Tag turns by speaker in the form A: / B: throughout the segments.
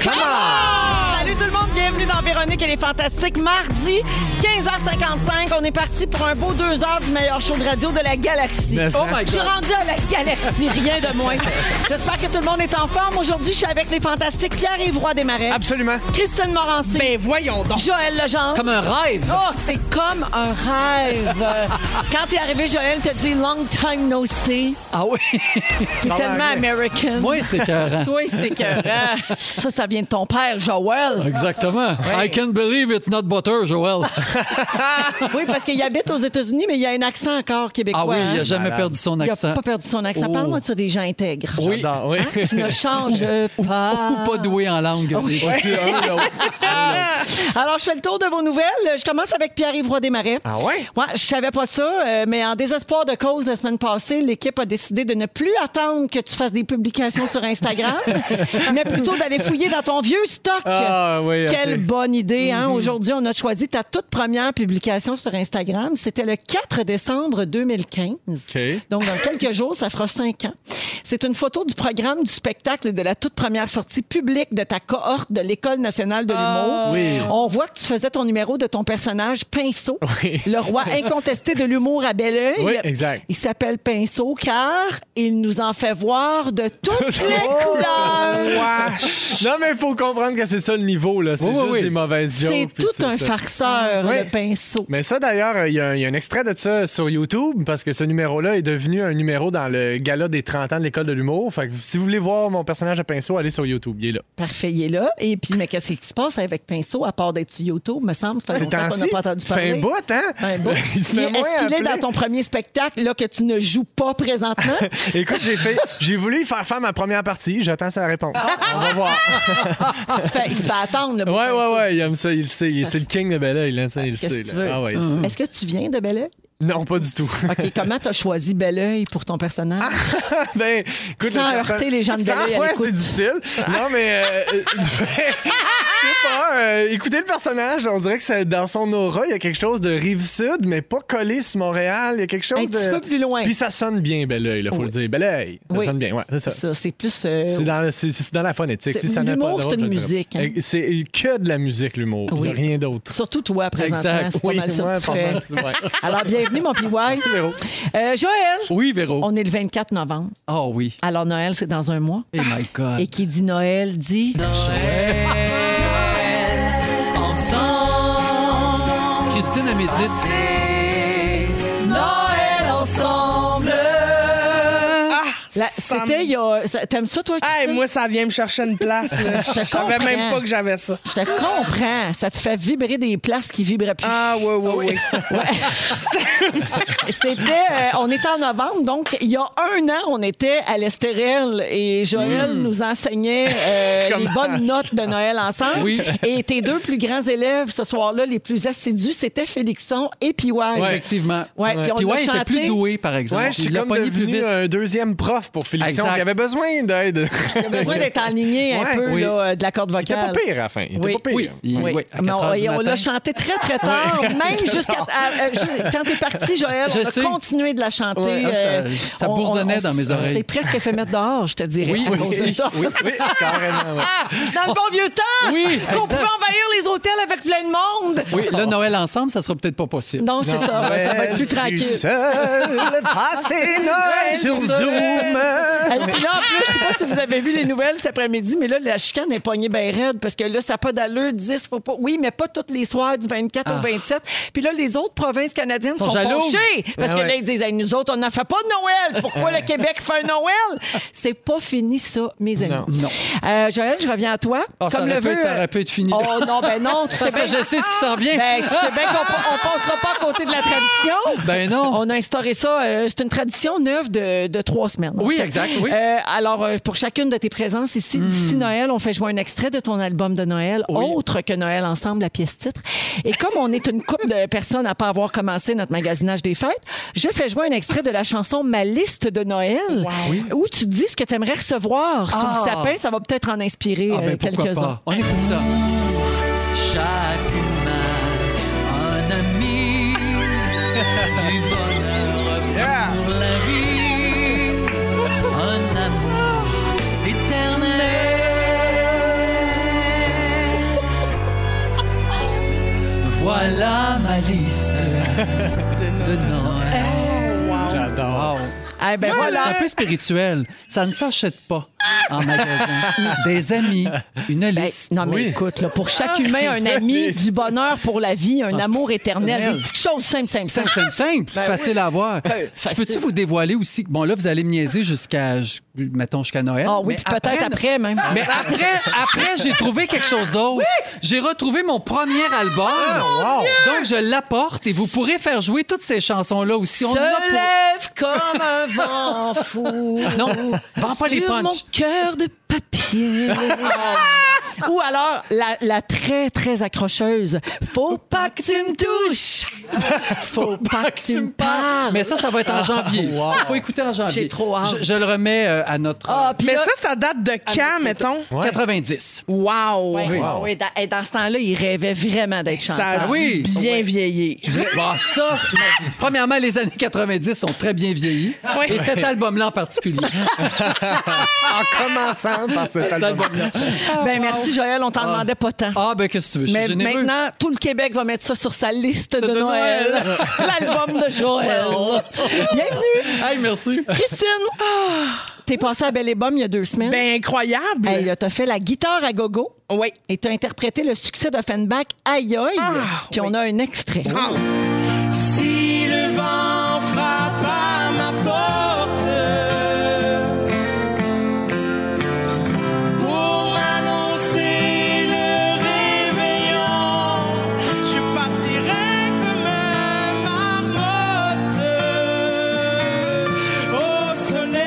A: Salut tout le monde, bienvenue dans Véronique et les Fantastiques. Mardi, 15h55, on est parti pour un beau deux heures du meilleur show de radio de la galaxie.
B: Mais ça-
A: oh my God. Je suis rendue à la galaxie, rien de moins. J'espère que tout le monde est en forme. Aujourd'hui, je suis avec les Fantastiques Pierre-Yves Roy Desmarais,
B: Absolument.
A: Christine Morancy,
C: Ben voyons donc.
A: Joël Legendre.
C: Comme un rêve.
A: Oh, c'est comme un rêve. Quand t'es arrivé, Joël te dit long time no see.
C: Ah oui.
A: T'es tellement American.
C: Moi, c'est écœurant.
A: Toi, c'était écœurant. Ça, ça vient de ton père, Joël.
C: Exactement. I can believe it's not butter, Joël.
A: Oui, parce qu'il habite aux États-Unis, mais il y a un accent encore québécois.
C: Ah oui, il
A: hein?
C: n'a jamais perdu son
A: Il a
C: accent.
A: pas perdu son accent.
C: Oh.
A: Parle-moi de ça des gens intègres.
C: Oui.
B: J'adore, oui.
A: Qui ne change pas.
C: Ou pas doué en langue.
A: Alors, je fais le tour de vos nouvelles. Je commence avec Pierre-Yves Roy Desmarais.
B: Ah ouais?
A: Ouais, je savais pas ça, euh, mais en désespoir de cause, la semaine passée, l'équipe a décidé de ne plus attendre que tu fasses des publications sur Instagram, mais plutôt d'aller fouiller dans ton vieux stock.
B: Ah, oui, ok. Mhm.
A: Quelle bonne idée. Hein? Aujourd'hui, on a choisi ta toute première publication sur Instagram. C'était le 4 décembre 2015. Donc, dans quelques jours, ça fera cinq ans. C'est une photo du programme du spectacle de la toute première sortie publique de ta cohorte de l'École nationale de
B: Ah,
A: l'humour. Euh, On voit que tu faisais ton numéro de ton personnage Pinceau, le roi incontesté de l'humour à bel oeil.
B: Oui, exact.
A: Il s'appelle Pinceau car il nous en fait voir de toutes les couleurs.
B: Non, mais il faut comprendre que c'est ça le niveau, là. C'est
C: Oui, oui,
B: juste
C: oui.
B: des mauvaises jokes.
A: C'est
B: puis
A: tout un
B: ça.
A: farceur,
B: Oui.
A: le Pinceau.
B: Mais ça, d'ailleurs, il y, a un- il y a un extrait de ça sur YouTube parce que ce numéro-là est devenu un numéro dans le gala des 30 ans de l'École de l'humour. Fait que si vous voulez voir mon personnage à pinceau, allez sur YouTube. Il est là.
A: Parfait, il est là. Et puis, mais qu'est-ce qui se passe avec Pinceau, à part d'être sur YouTube, me semble? Ça fait
B: C'est
A: longtemps Ah, qu'on n'a
B: ainsi.
A: pas entendu
B: Fait
A: parler.
B: un bout, hein?
A: Un bout.
B: Il se
A: Puis
B: fait moins
A: Est-ce qu'il est dans
B: appeler.
A: ton premier spectacle là, que tu ne joues pas présentement?
B: Écoute, j'ai fait, j'ai voulu faire faire ma première partie. J'attends sa réponse.
A: Ah.
B: On va voir.
A: il, se fait, il se fait attendre. le
B: Ouais,
A: beau Pinceau.
B: ouais, ouais. Il aime ça. Il le sait. Il- C'est le king de Bel-Aïe, là. tu sais, Il le
A: Qu'est-ce
B: sait.
A: que tu
B: là.
A: veux? Mm.
B: Ah ouais, il le sait.
A: Est-ce que tu viens de Belleuil?
B: Non, pas du tout.
A: OK, comment t'as choisi Belleuil pour ton personnage?
B: ben, écoute,
A: Sans
B: les personnes-
A: heurter les gens de
B: Sans-
A: Belleuil à
B: Ouais,
A: l'écoute.
B: c'est difficile. Non, mais. euh, euh, ben, Je sais pas. euh, écoutez le personnage, on dirait que ça- dans son aura, il y a quelque chose de rive-sud, mais pas collé sur Montréal. Il y a quelque chose
A: Un
B: de.
A: petit peu plus loin.
B: Puis ça sonne bien, Belleuil, là, faut le dire. Belleuil. Ça
A: Oui.
B: sonne bien, ouais, c'est ça.
A: C'est ça, c'est plus. euh,
B: C'est dans, le- c'est- c'est dans la phonétique.
A: C'est-
B: Si ça n'a pas
A: l'humour,
B: d'autre,
A: c'est une
B: je le dirais.
A: musique, hein.
B: Euh, C'est que de la musique, l'humour. Il y a
A: Oui.
B: rien d'autre.
A: Surtout toi, présentement.
C: Exact.
A: C'est pas
C: Oui,
A: mal ça que tu
B: ouais,
A: fais.
B: pas mal, ouais.
A: Alors, bienvenue, mon PY.
B: Véro.
A: Euh, Joël,
C: Oui, Véro.
A: on est le 24 novembre.
C: Ah oui.
A: Alors, Noël, c'est dans un mois.
C: Oh my God.
A: Et qui dit Noël dit.
C: Christine Amédite.
A: Ah, La-
D: Ah, ça
A: C'était
D: me-
A: il y a. ça- T'aimes ça, toi?
D: Hey,
A: Christine?
D: moi, ça vient me chercher une place. là. Je savais
A: comprends.
D: même pas que j'avais ça.
A: Je te comprends. Ça te fait vibrer des places qui vibrent plus.
D: Ah, oui, oui, oui.
A: C'était, euh, on était en novembre, donc il y a un an, on était à l'Estérel et Joël nous enseignait euh, les bonnes notes de Noël ensemble.
C: Oui.
A: Et tes deux plus grands élèves ce soir-là, les plus assidus, c'était Félixon et Piwai.
C: Effectivement.
A: Ouais, puis on
C: Puis
A: l'a
C: ouais, il était
A: chanté.
C: plus doué, par exemple.
B: Ouais, je suis
C: il l'a
B: comme
C: pogné
B: devenu
C: plus vite.
B: un deuxième prof pour Félixon
C: Exact.
B: qui avait besoin d'aide.
A: Il a besoin d'être enligné un
B: Ouais,
A: peu
C: oui.
A: là, euh, de la corde
B: Il était pas
A: vocale.
B: pire à la fin. Il était
A: Oui.
B: pas pire.
C: Oui. il-
A: Oui.
C: oui, à
A: Mais on,
C: 4 heures du
A: et on
C: matin.
A: l'a chanté très, très tard, même jusqu'à. à- euh, juste- quand t'es parti, Joël,
C: Je
A: on a
C: sais.
A: continué de la chanter.
C: Ouais, ah, ça-
A: euh,
C: ça bourdonnait dans mes oreilles.
A: C'est presque fait mettre dehors, je te dirais.
C: Oui,
A: à
C: oui,
A: cause de
C: oui,
A: ça.
C: oui.
B: Oui, carrément. ouais.
A: Ah, dans le bon vieux temps!
C: Oui,
A: Qu'on
C: exact.
A: pouvait envahir les hôtels avec plein de monde!
C: Oui, le Noël ensemble, ça sera peut-être pas possible.
A: Non, c'est ça. Ah, ouais, ça va être plus
B: Tu
A: tranquille.
B: seul, passer Noël sur Zoom.
A: Et puis là, en plus, je sais pas si vous avez vu les nouvelles cet après-midi, mais là, la chicane est pognée bien raide parce que là, ça n'a pas d'allure, 10, faut pas. Oui, mais pas toutes les soirs du 24 au 27. Puis là, les autres provinces canadiennes sont,
C: Ah. Sont jalouses. Ben
A: fâchées parce
B: Ah
A: que
B: ouais.
A: là, ils disent, Hey, nous autres, on n'en fait pas de Noël. Pourquoi le Québec fait un Noël? C'est pas fini, ça, mes amis.
B: Non.
C: Non.
A: Euh, Joël, je reviens à toi.
C: Ah, ça
A: Comme
C: aurait
A: le
C: pu
A: veut.
C: être- ça
A: euh,
C: aurait pu être fini.
A: Oh non, ben non, tu sais
C: Parce
A: bien.
C: que je sais ce qui s'en vient.
A: Ben, tu sais bien qu'on on passera pas à côté de la tradition.
C: Ben non.
A: On a instauré ça. euh, c'est une tradition neuve de, de trois semaines.
C: Oui, Hmm. exact, oui. Oui.
A: Euh, alors, euh, pour chacune de tes présences ici, d'ici Noël, on fait jouer un extrait de ton album de Noël, autre que Noël Ensemble, la pièce titre. Et comme on est une couple de personnes à pas avoir commencé notre magasinage des fêtes, je fais jouer un extrait de la chanson Ma liste de Noël, où tu dis ce que tu aimerais recevoir sur
C: Ah.
A: le sapin. Ça va peut-être en inspirer
C: Ah,
A: euh,
C: ben pourquoi
A: quelques-uns.
C: pas. On écoute ça. Chaque humain, un ami, du bonheur pour la vie, un amour éternel. Voilà ma liste de Noël.
A: Oh,
B: J'adore.
C: Wow.
A: Eh ben
C: Ça,
A: voilà.
C: Ah, C'est un peu spirituel. Ça ne s'achète pas en magasin. Des amis, une
A: Ben,
C: liste.
A: non, mais
B: Oui.
A: écoute, là, pour chaque humain, un ami, du bonheur pour la vie, un amour éternel, des petites choses simples, simples,
C: Simple,
A: simples.
C: simple, simple. facile à voir. Je
A: Ben facile.
C: Peux-tu vous dévoiler aussi que, bon, là, vous allez me niaiser jusqu'à, je- mettons, jusqu'à Noël.
A: Ah oui,
C: mais
A: puis peut-être après même.
C: Mais après, après j'ai trouvé quelque chose d'autre. J'ai retrouvé mon premier album.
A: Ah,
B: wow.
C: Donc, je l'apporte et vous pourrez faire jouer toutes ces chansons-là aussi. en
A: Se
C: a pour-
A: lève comme un vent fou.
C: Non, vends pas les
A: sur
C: punchs.
A: mon cœur de papier. Ah. Ou alors la, la très très accrocheuse. Faut pas que tu me touches. Faut pas que tu me parles.
C: Ah! Mais ça, ça va être en janvier. Il faut écouter en janvier.
A: Ah! J'ai trop hâte.
C: Je, je le remets euh, à notre
A: Ah, puis
D: Mais
A: là-
D: ça, ça date de quand, mettons?
C: euh, 90.
D: Wow!
A: Ouais, ouais, ouais, dans, et dans ce temps-là, il rêvait vraiment d'être chanteur.
D: Ça a dû
C: oui.
D: bien vieilli.
C: Bon, ça, mais, premièrement, les années 90 sont très bien vieillies.
D: Oui.
C: Et cet album-là en particulier.
B: En commençant par cet
C: Cet
B: album.
C: album-là.
A: Ben merci Joël, on t'en demandait pas tant.
C: Ah, ben, qu'est-ce que tu veux? Je suis
A: Mais
C: généreux.
A: maintenant, tout le Québec va mettre ça sur sa liste de,
C: de
A: Noël. L'album de Joël. Bienvenue,
C: Hey, merci.
A: Christine. Ah. T'es passée à Belle et Bomme il y a deux semaines.
D: Ben incroyable!
A: Hey, là, t'as fait la guitare à gogo
D: Oui.
A: et t'as interprété le succès d'Offenbach Aïe Aïe.
D: Ah,
A: Puis on a un extrait.
D: Ah.
E: Si le vent frappe à ma porte pour m'annoncer le réveillon, je partirai comme un marmotte au soleil.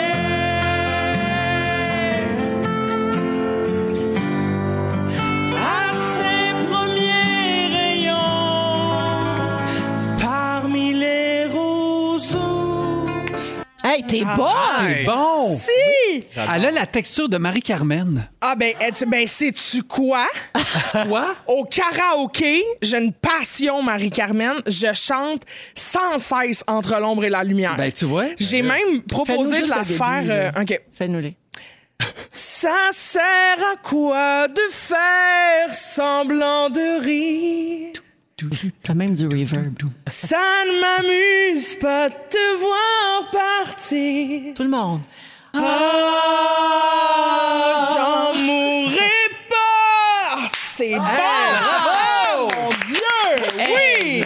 E: À ses premiers rayons, parmi les roseaux.
A: Hey, t'es bonne!
C: C'est bon.
D: Si!
C: Elle a la texture de Marie-Carmen.
D: Ah ben, est- ben sais-tu quoi?
C: Quoi?
D: Au karaoké, j'ai une passion, Marie-Carmen. Je chante sans cesse entre l'ombre et la lumière.
C: Ben, tu vois.
D: j'ai même proposé
A: juste
D: de la
A: le début,
D: faire.
A: là.
D: euh, OK.
A: Fais-nous les.
D: Ça sert à quoi de faire semblant de rire?
A: T'as même du reverb. Tout
D: Ça ne m'amuse pas de te voir partir.
A: le monde.
D: Ah, j'en mourrai pas! Ah, c'est bon! bravo! Mon Dieu! Oui!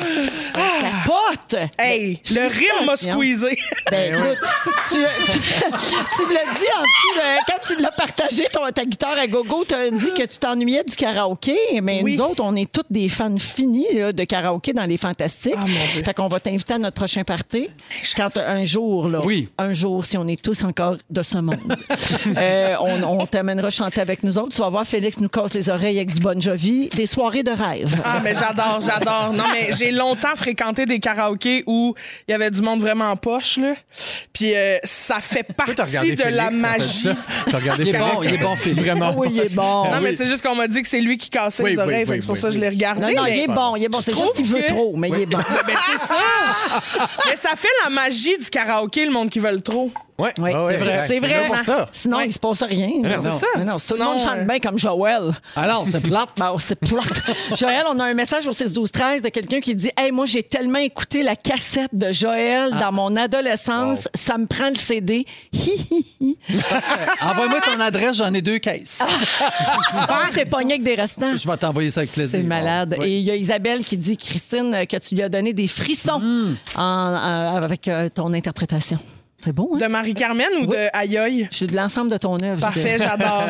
A: Pote!
D: Hey, le rime m'a
A: Félicitations.
D: squeezé.
A: Ben, écoute, tu, tu, tu me l'as dit en dessous de- quand tu l'as partagé, ton, ta guitare à gogo, tu as dit que tu t'ennuyais du karaoké, mais
D: Oui.
A: nous autres, on est toutes des fans finis là, de karaoké dans les fantastiques.
D: Ah, mon Dieu.
A: Fait qu'on va t'inviter à notre prochain party. Quand euh, un jour, là,
C: Oui.
A: un jour, si on est tous encore de ce monde, euh, on, on t'amènera chanter avec nous autres. Tu vas voir, Félix nous casse les oreilles avec du Bon Jovi, des soirées de rêve.
D: Ah, mais j'adore, j'adore. Non, mais j'ai longtemps fréquenté des karaokés où il y avait du monde vraiment en poche, là. Puis euh, ça fait
B: Pourquoi t'as
D: partie
B: regardé
D: de la
B: Félix quand t'as dit
D: magie.
B: ça? T'as regardé
C: Il est
B: Félix,
C: bon, Ah, il est bon, Félix.
B: Vraiment.
A: oui, il est bon.
D: Non, mais c'est juste qu'on m'a dit que c'est lui qui cassait
B: Oui,
D: les
B: oui,
D: oreilles.
B: oui,
D: fait que c'est pour
B: oui,
D: ça que je l'ai
A: Non,
D: regardé.
A: non, il
D: mais-
A: est bon, il est bon. C'est
D: trouve
A: juste qu'il veut
D: que-
A: trop, mais il est bon.
D: Ben, c'est ça! mais ça fait la magie du karaoké, le monde qui veut le trop.
B: Ouais, Ah
A: Oui,
B: ouais,
A: c'est
B: ouais,
A: vrai. hein. C'est
B: juste
A: vrai.
B: pour ça.
A: Sinon, il se passe rien. Non,
D: c'est ça.
A: Mais Non, tout le
D: Sinon,
A: monde
D: euh,
A: chante bien comme Joël.
C: Alors, c'est plate.
A: Bon, c'est plate. Joël, on a un message au 6-12-13 de quelqu'un qui dit Hey, moi, j'ai tellement écouté la cassette de Joël dans mon adolescence, ça me prend le CD. Hi, hi, hi.
C: Envoie-moi ton adresse, j'en ai deux caisses.
A: Ah, c'est pogné avec des restants.
C: Je vais t'envoyer ça avec plaisir.
A: C'est malade.
C: Oui.
A: Et il y a Isabelle qui dit Christine, que tu lui as donné des frissons en- en- avec euh, ton euh, interprétation. C'est beau,
D: De
A: hein?
D: Marie-Carmen ou
A: Oui.
D: de Ayoye?
A: Je suis de l'ensemble de ton œuvre.
D: Parfait, j'adore.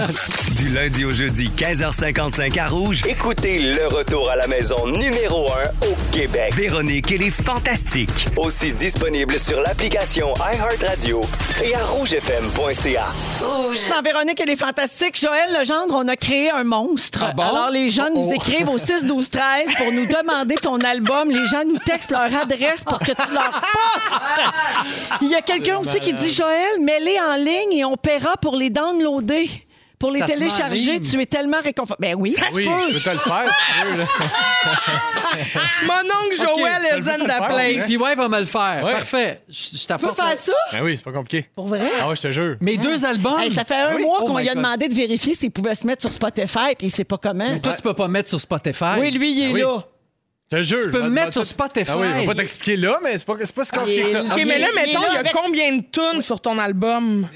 F: Du lundi au jeudi, 15h55 à Rouge,
G: Écoutez le retour à la maison numéro 1 au Québec.
F: Véronique et les Fantastiques.
G: Aussi disponible sur l'application iHeartRadio et à rougefm.ca.
A: Dans Véronique, elle est fantastique. Joël Legendre, on a créé un monstre.
C: Ah bon?
A: Alors, les gens
C: Oh,
A: nous
C: oh.
A: écrivent au 6, 12, 13 pour nous demander ton album. Les gens nous textent leur adresse pour que tu leur postes. Il y a quelqu'un aussi qui dit Joël, mets-les en ligne et on paiera pour les downloader. Pour les
C: Ça se met en
A: télécharger,
C: ligne.
A: tu es tellement réconfortant. Ben oui.
B: Oui, je peux te le faire si tu veux. là.
D: Mon oncle Joël
B: t'as le
D: is
B: goût
D: in
B: de le faire,
D: the
B: ouais.
D: place.
C: Puis ouais, va me le faire.
B: Ouais.
C: Parfait. Je, je
A: Tu peux
C: t'apporte.
A: faire
C: le-
A: ça?
B: Ben oui, c'est pas compliqué.
A: Pour vrai?
B: Ah ouais, je te jure.
C: Mes deux albums.
A: Hey, ça fait un
C: Oui.
A: mois
C: Oh
A: qu'on
C: my
A: lui a
C: God.
A: demandé de vérifier s'il pouvait se mettre sur Spotify, puis il sait pas comment.
C: Mais toi, tu peux pas mettre sur Spotify.
A: Oui, lui, il est
B: Ah Ben oui.
A: là.
B: Je te jure.
C: Tu peux me mettre sur Spotify.
B: Ah oui, on va pas t'expliquer là, mais c'est pas, c'est pas si compliqué que ça.
D: OK, mais là,
A: Ah, Il est
D: mettons,
A: là
D: il y a
A: avec-
D: combien de tunes sur ton album?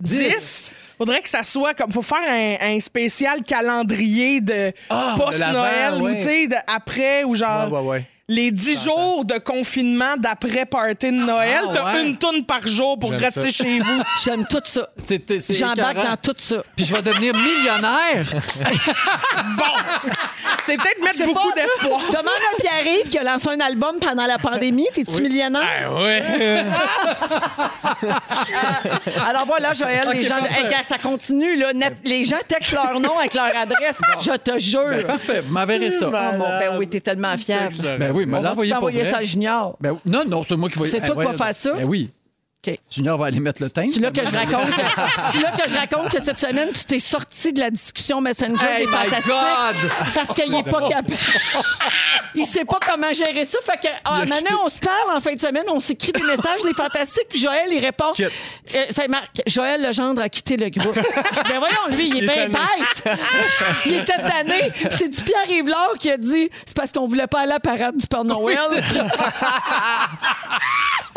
C: 10.
D: 10? Faudrait que ça soit comme. Faut faire un, un spécial calendrier de
C: Ah, de
D: post-Noël
C: l'avant,
D: ou,
C: ouais.
D: tu sais, de- après ou genre.
B: Ouais, ouais, ouais.
D: Les 10 jours de confinement d'après party de Noël,
C: Ah,
D: t'as
C: ouais.
D: une toune par jour pour
B: J'aime
D: rester chez vous.
A: J'aime tout ça.
C: C'est- c'est
A: J'embarque
C: écœurant.
A: dans tout ça.
C: Puis je vais devenir millionnaire.
D: C'est peut-être
A: Je
D: mettre
A: sais
D: beaucoup
A: pas.
D: d'espoir.
A: Demande à Pierre-Yves qui a lancé un album pendant la pandémie. T'es-tu millionnaire?
B: Ah ouais.
A: Alors voilà, Joël, les
C: Ok,
A: gens.
C: parfait.
A: Hey, gars, ça continue, là. Net- les gens textent leur nom avec leur adresse. Je te jure.
C: Parfait, vous m'enverrez ça.
A: Ah, mon, ben oui, t'es tellement fiable.
C: Ben oui,
A: On
C: me
A: va
C: l'envoyer pour
A: t'envoyer
C: vrai.
A: ça à Junior.
C: Ben, non, non, c'est moi qui vais.
A: C'est toi qui vas
C: ouais,
A: faire ça?
C: Ben oui.
A: OK.
C: Junior va aller mettre le teint.
A: C'est là que je raconte. C'est là que je raconte que cette semaine, tu t'es sorti de la discussion Messenger
C: Hey,
A: des
C: my
A: fantastiques
C: God!
A: parce qu'il n'est pas capable. Il sait pas comment gérer ça. Fait que ah,
C: quitté.
A: maintenant, on se parle en fin de semaine, on s'écrit des messages, les fantastiques, puis Joël, il répond.
B: Quitte.
A: Euh, ça marque. Joël Legendre a quitté le groupe. Je dis, ben voyons, lui, il est
B: Il est
A: bien
B: tanné.
A: bête. Il était tanné. C'est du Pierre Yvelard qui a dit c'est parce qu'on voulait pas aller à la parade du Père Noël.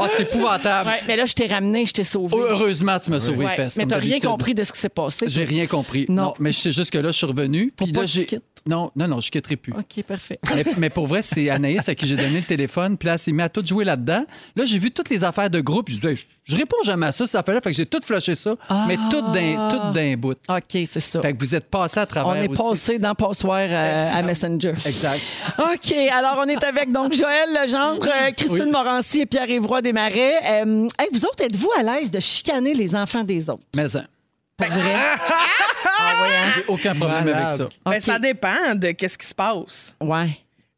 C: Ah, c'est épouvantable.
A: Ouais, mais là, je t'ai ramené, je t'ai sauvé.
C: Oh, Heureusement, tu m'as sauvé
A: Ouais,
C: les fesses.
A: mais
C: comme
A: t'as rien
C: d'habitude.
A: compris de ce qui s'est passé.
C: J'ai rien compris.
A: Non.
C: Non. mais je sais juste que là, je suis revenu. Puis
A: pas
C: là,
A: que
C: j'ai.
A: tu quittes.
C: Non, non, non, je quitterai plus.
A: OK, parfait.
C: Mais, mais pour vrai, c'est Anaïs à qui j'ai donné le téléphone. Puis là, elle s'est mise à tout jouer là-dedans. Là, j'ai vu toutes les affaires de groupe. Je disais, je réponds jamais à ça, ça fait là. Fait que j'ai tout flushé ça, mais
A: Ah.
C: tout d'un, tout d'un bout.
A: OK, c'est ça.
C: Fait que vous êtes passé à travers
A: On est
C: aussi.
A: passé dans Passoire euh, à Messenger.
C: Exact.
A: OK, alors on est avec donc Joël Legendre, euh, Christine Morancy et Pierre-Évroy Desmarais. Euh, hey, vous autres, êtes-vous à l'aise de chicaner les enfants des autres?
C: Mais hein,
A: Pour vrai?
C: j'ai aucun problème
B: Malade.
C: avec ça.
D: Ben,
A: OK.
D: ça dépend de qu'est-ce qui se passe.
A: Ouais.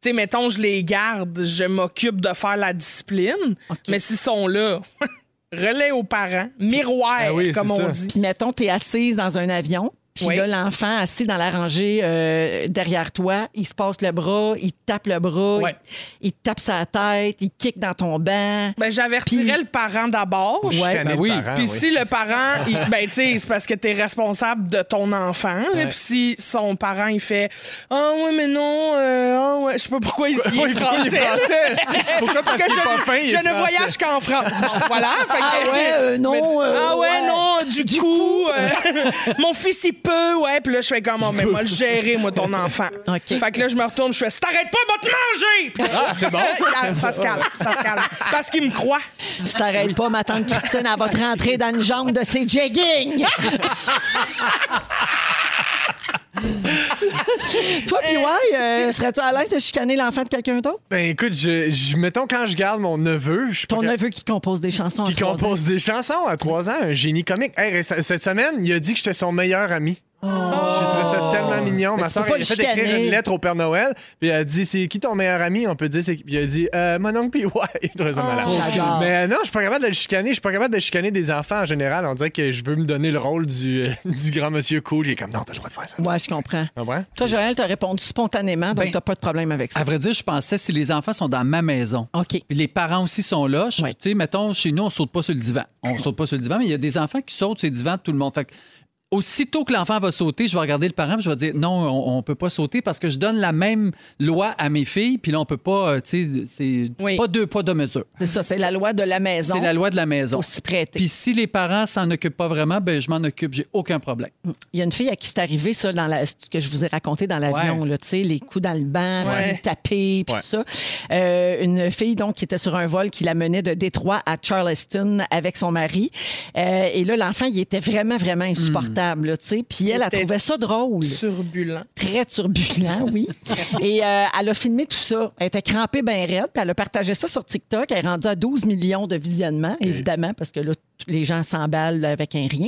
D: Tu sais, mettons, je les garde, je m'occupe de faire la discipline, mais s'ils sont là, relais aux parents, miroir,
B: Ah oui,
D: comme
B: c'est
D: on
B: ça.
D: dit.
A: Puis mettons, t'es assise dans un avion. Puis
D: Oui.
A: là, l'enfant assis dans la rangée euh, derrière toi, il se passe le bras, il te tape le bras,
C: Ouais.
A: il, il te tape sa tête, il kick dans ton banc.
D: Ben, j'avertirais le parent d'abord.
B: Ah Je suis
A: Ouais,
B: tanné
C: ben
B: de
C: oui.
B: parents,
D: Puis
B: oui.
D: si le parent, il- ben tu sais, c'est parce que t'es responsable de ton enfant. là. Puis si son parent il fait, ah ouais mais non, euh, ah ouais, je sais pas pourquoi il, il est
B: Oui, pourquoi
D: français.
B: il est
D: là.
B: français? Pourquoi
D: Parce que
B: qu'il est pas
D: je,
B: fin, il est
D: je ne
B: français?
D: voyage qu'en France. Bon, voilà. Fait que-
A: Ah ouais, euh, non,
D: Mais tu-
A: euh,
D: ah ouais,
A: ouais.
D: non, du, coup, euh, mon fils, il peut, ouais. Puis là, je fais comment? Mais moi, le gérer, moi, ton enfant.
A: OK.
D: Fait que là, je me retourne, je fais, si t'arrêtes pas, va te manger! Puis là,
B: Ah, c'est bon.
D: ça. se calme, ça se calme. Parce qu'il me croit.
A: Si t'arrêtes pas, ma tante Christine, elle va te rentrer dans une jambe de ses jeggings. Toi, puis ouais, euh, serais-tu à l'aise de chicaner l'enfant de quelqu'un d'autre?
B: Ben écoute, je, je- mettons quand je garde mon neveu, je suis pas
A: Ton
B: capable-
A: neveu qui compose des chansons.
B: qui
A: à trois ans.
B: compose des chansons à 3 ans, un génie comique. Hey, réce- cette semaine, il a dit que j'étais son meilleur ami. J'ai trouvé ça tellement mignon. Ma soeur,
A: Oh. peux pas
B: elle a fait
A: le chicaner.
B: écrire une lettre au Père Noël, puis elle a dit C'est qui ton meilleur ami On peut dire c'est. qui? Puis il a dit Euh, Mon oncle PY. J'ai trouvé
A: Oh,
B: ça malade.
A: j'adore.
B: Mais euh, non, je suis pas capable de le chicaner. Je suis pas capable de chicaner des enfants en général. On dirait que je veux me donner le rôle du, euh, du grand monsieur cool. Il est comme Non, t'as le droit de faire ça. Tu
A: Ouais, je comprends.
B: comprends?
A: Toi, Joël, t'as répondu spontanément, donc
C: Ben,
A: t'as pas de problème avec ça.
C: À vrai dire, je pensais si les enfants sont dans ma maison.
A: OK.
C: Puis les parents aussi sont là. Je-
A: Ouais.
C: Tu sais, mettons, chez nous, on saute pas sur le divan. On saute pas sur le divan, mais il y a des enfants qui sautent sur les divans de tout le monde. Fait que aussitôt que l'enfant va sauter, je vais regarder le parent, puis je vais dire non, on, on peut pas sauter parce que je donne la même loi à mes filles, puis là on peut pas, euh, tu sais, c'est
D: Oui.
C: pas deux poids deux mesures.
A: C'est ça, c'est la loi de la maison.
C: C'est la loi de la maison.
A: Faut s'y prêter.
C: Puis si les parents s'en occupent pas vraiment, ben je m'en occupe, j'ai aucun problème.
A: Il y a une fille à qui c'est arrivé, ça, dans la, ce que je vous ai raconté dans l'avion,
C: Ouais.
A: là, tu sais, les coups dans le banc,
D: Ouais.
A: puis le taper, puis tout ça. Euh, une fille, donc, qui était sur un vol qui la menait de Détroit à Charleston avec son mari. Euh, et là, l'enfant, il était vraiment, vraiment insupportable, là, tu sais. Puis elle, elle
D: était
A: trouvait ça drôle.
D: Turbulent.
A: Très turbulent, oui. Et euh, elle a filmé tout ça. Elle était crampée ben raide, puis elle a partagé ça sur TikTok. Elle est rendue à 12 millions de visionnements, évidemment, parce que là, tous les gens s'emballent avec un rien.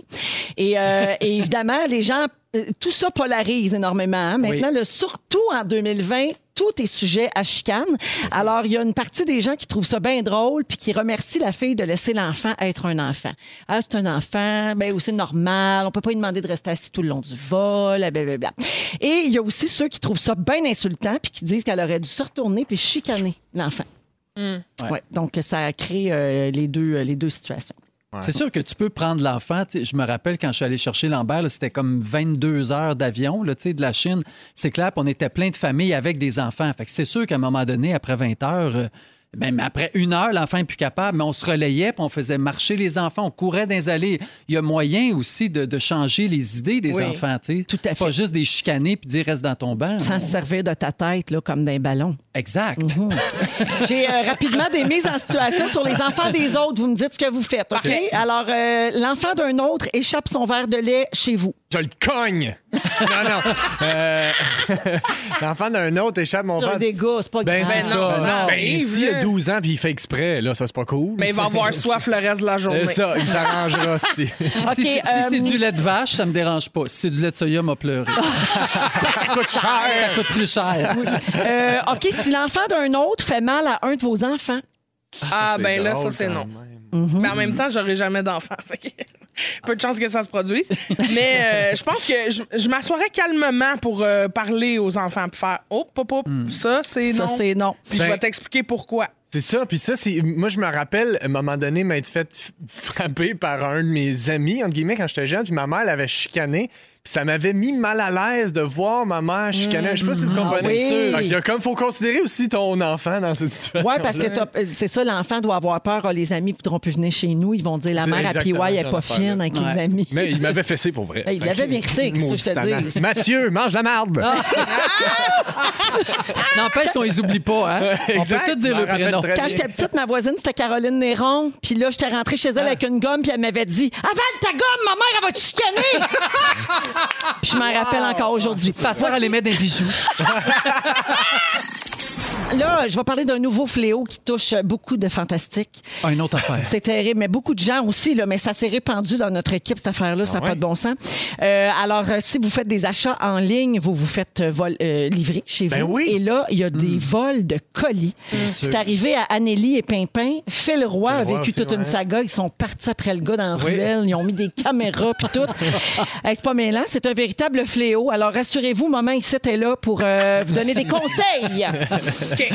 A: Et, euh, et évidemment, les gens, euh, tout ça polarise énormément. hein. Maintenant, le surtout en 2020, tout est sujet à chicane. Alors, il y a une partie des gens qui trouvent ça bien drôle puis qui remercient la fille de laisser l'enfant être un enfant. Ah, c'est un enfant, ben, ou c'est normal, on peut pas lui demander de rester assis tout le long du vol, blablabla. Et il y a aussi ceux qui trouvent ça bien insultant puis qui disent qu'elle aurait dû se retourner puis chicaner l'enfant. Ouais. donc, ça crée euh, les, deux, les deux situations.
C: C'est sûr que tu peux prendre l'enfant. Tu sais, Je me rappelle quand je suis allé chercher Lambert, là, c'était comme 22 heures d'avion là, tu sais, de la Chine. C'est clair, puis on était plein de familles avec des enfants. Fait que c'est sûr qu'à un moment donné, après 20 heures, euh, même après une heure, l'enfant n'est plus capable, mais on se relayait, puis on faisait marcher les enfants, on courait dans les allées. Il y a moyen aussi de, de changer les idées des
D: Oui,
C: enfants. tu sais.
A: tout à
C: C'est pas
A: fait.
C: juste des chicaner puis dire reste dans ton banc.
A: Sans se servir de ta tête là, comme d'un ballon.
C: Exact.
A: Mhm. J'ai euh, rapidement des mises en situation sur les enfants des autres. Vous me dites ce que vous faites, OK?
D: Parfait.
A: Alors, euh, l'enfant d'un autre échappe son verre de lait chez vous.
B: Je le cogne! non, non. Euh, L'enfant d'un autre échappe mon
A: C'est un
B: verre.
A: dégât, c'est pas
B: Ben,
A: grave.
B: c'est
D: Ben non,
B: ça.
D: ça
B: Ben,
D: arrive,
B: s'il a
D: là.
B: 12 ans puis il fait exprès, là, ça, c'est pas cool.
D: Mais il va avoir soif le reste de la journée.
B: C'est ça, il s'arrangera, si.
A: OK,
C: si si- si
A: euh,
C: c'est du lait de vache, ça me dérange pas. Si c'est du lait de soya, m'a pleuré.
B: Ça coûte
A: Ah,
C: ça
B: cher!
C: coûte plus cher.
A: euh, OK, si l'enfant d'un autre fait mal à un de vos enfants,
D: Ah,
B: c'est
D: ben là, ça,
B: drôle
D: c'est non.
B: quand
D: Mais en même temps, j'aurai jamais d'enfant. Fait que Peu de chance que ça se produise. Mais euh, je pense que je, je m'assoirais calmement pour euh, parler aux enfants puis faire Oh, pop, pop, ça, c'est
A: ça,
D: non.
A: c'est non.
D: Puis je
B: Hmm. Ben-
D: vais t'expliquer pourquoi.
B: C'est ça, puis ça, c'est. Moi, je me rappelle, à un moment donné, m'être fait f- frapper par un de mes amis, entre guillemets, quand j'étais jeune, puis ma mère l'avait chicané, puis ça m'avait mis mal à l'aise de voir ma mère chicaner. Je sais pas si vous comprenez.
A: oui.
B: Fait qu'il y a comme, faut considérer aussi ton enfant dans cette situation.
A: Oui, parce que t'as- euh, c'est ça, l'enfant doit avoir peur. Ah, les amis voudront plus venir chez nous. Ils vont dire la
B: C'est
A: mère à PY
B: exactement
A: elle
B: ce
A: est pas
B: genre d'affaire-là.
A: fine avec les
C: Ouais.
A: amis.
B: Mais il m'avait fessé pour vrai.
A: Ben, il
B: Fait
A: l'avait
B: que-
A: mérité, qu'est-ce que je te
B: Maudit
A: dis?
B: tannant. Mathieu, mange la marde!
C: N'empêche qu'on les oublie pas, hein? On peut
B: Exact,
C: tout dire
B: je
C: le
B: m'en rappelle
C: prénom.
B: très
A: Quand j'étais petite, ma voisine, c'était Caroline Néron. Puis là, j'étais rentrée chez elle avec une gomme, puis elle m'avait dit Avale ta gomme, ma mère, elle va te chicaner! Puis je m'en rappelle encore aujourd'hui.
C: Ta soeur, elle les met des bijoux.
A: Là, je vais parler d'un nouveau fléau qui touche beaucoup de fantastiques.
C: Ah, une autre affaire.
A: C'est terrible, mais beaucoup de gens aussi, là, mais ça s'est répandu dans notre équipe, cette affaire-là,
B: Ah
A: ça n'a pas de bon sens. Euh, alors, euh, si vous faites des achats en ligne, vous vous faites euh, vol- euh, livrer chez
B: Ben
A: vous.
B: oui.
A: Et là, il y a des vols de colis. C'est arrivé à Anélie et Pimpin. Phil Roy a
B: Roy
A: vécu
B: aussi,
A: toute
B: ouais.
A: une saga. Ils sont partis après le gars dans la
C: Oui.
A: ruelle. Ils ont mis des caméras puis tout. Hey, c'est pas mêlant, c'est un véritable fléau. Alors, rassurez-vous, maman ici est là pour euh, vous donner des conseils.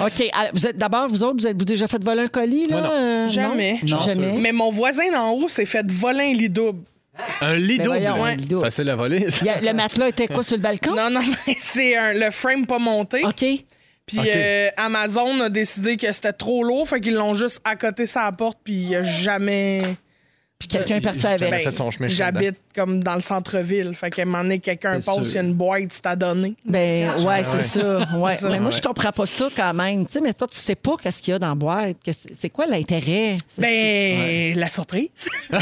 A: OK. Alors, Vous êtes d'abord, vous autres, vous êtes-vous déjà fait voler un colis? Là? Euh, non?
D: Jamais.
C: Non,
A: Jamais.
D: Mais mon voisin d'en haut s'est fait voler un lit double.
B: Un lit
A: Ben
B: double.
A: voyons, un lit double.
B: Facile à voler.
A: Il y a- le matelas était quoi sur le balcon?
D: Non, non, mais c'est un- le frame pas monté.
A: OK.
D: Puis euh, Amazon a décidé que c'était trop lourd, fait qu'ils l'ont juste à côté sa porte, puis il a jamais.
A: Puis quelqu'un est parti avec.
D: Ben,
B: fait son chemin
D: J'habite comme dans le centre-ville. Fait qu'à un moment donné, quelqu'un
C: C'est
D: passe, il y a une boîte, c'est à donner.
A: Ben, ouais, c'est ça. Ouais.
D: ça.
A: Mais moi, je comprends pas ça quand même. Tu sais, mais toi, tu sais pas qu'est-ce qu'il y a dans la boîte. Qu'est-ce- C'est quoi l'intérêt? C'est-
D: Ben, la surprise.
A: Là,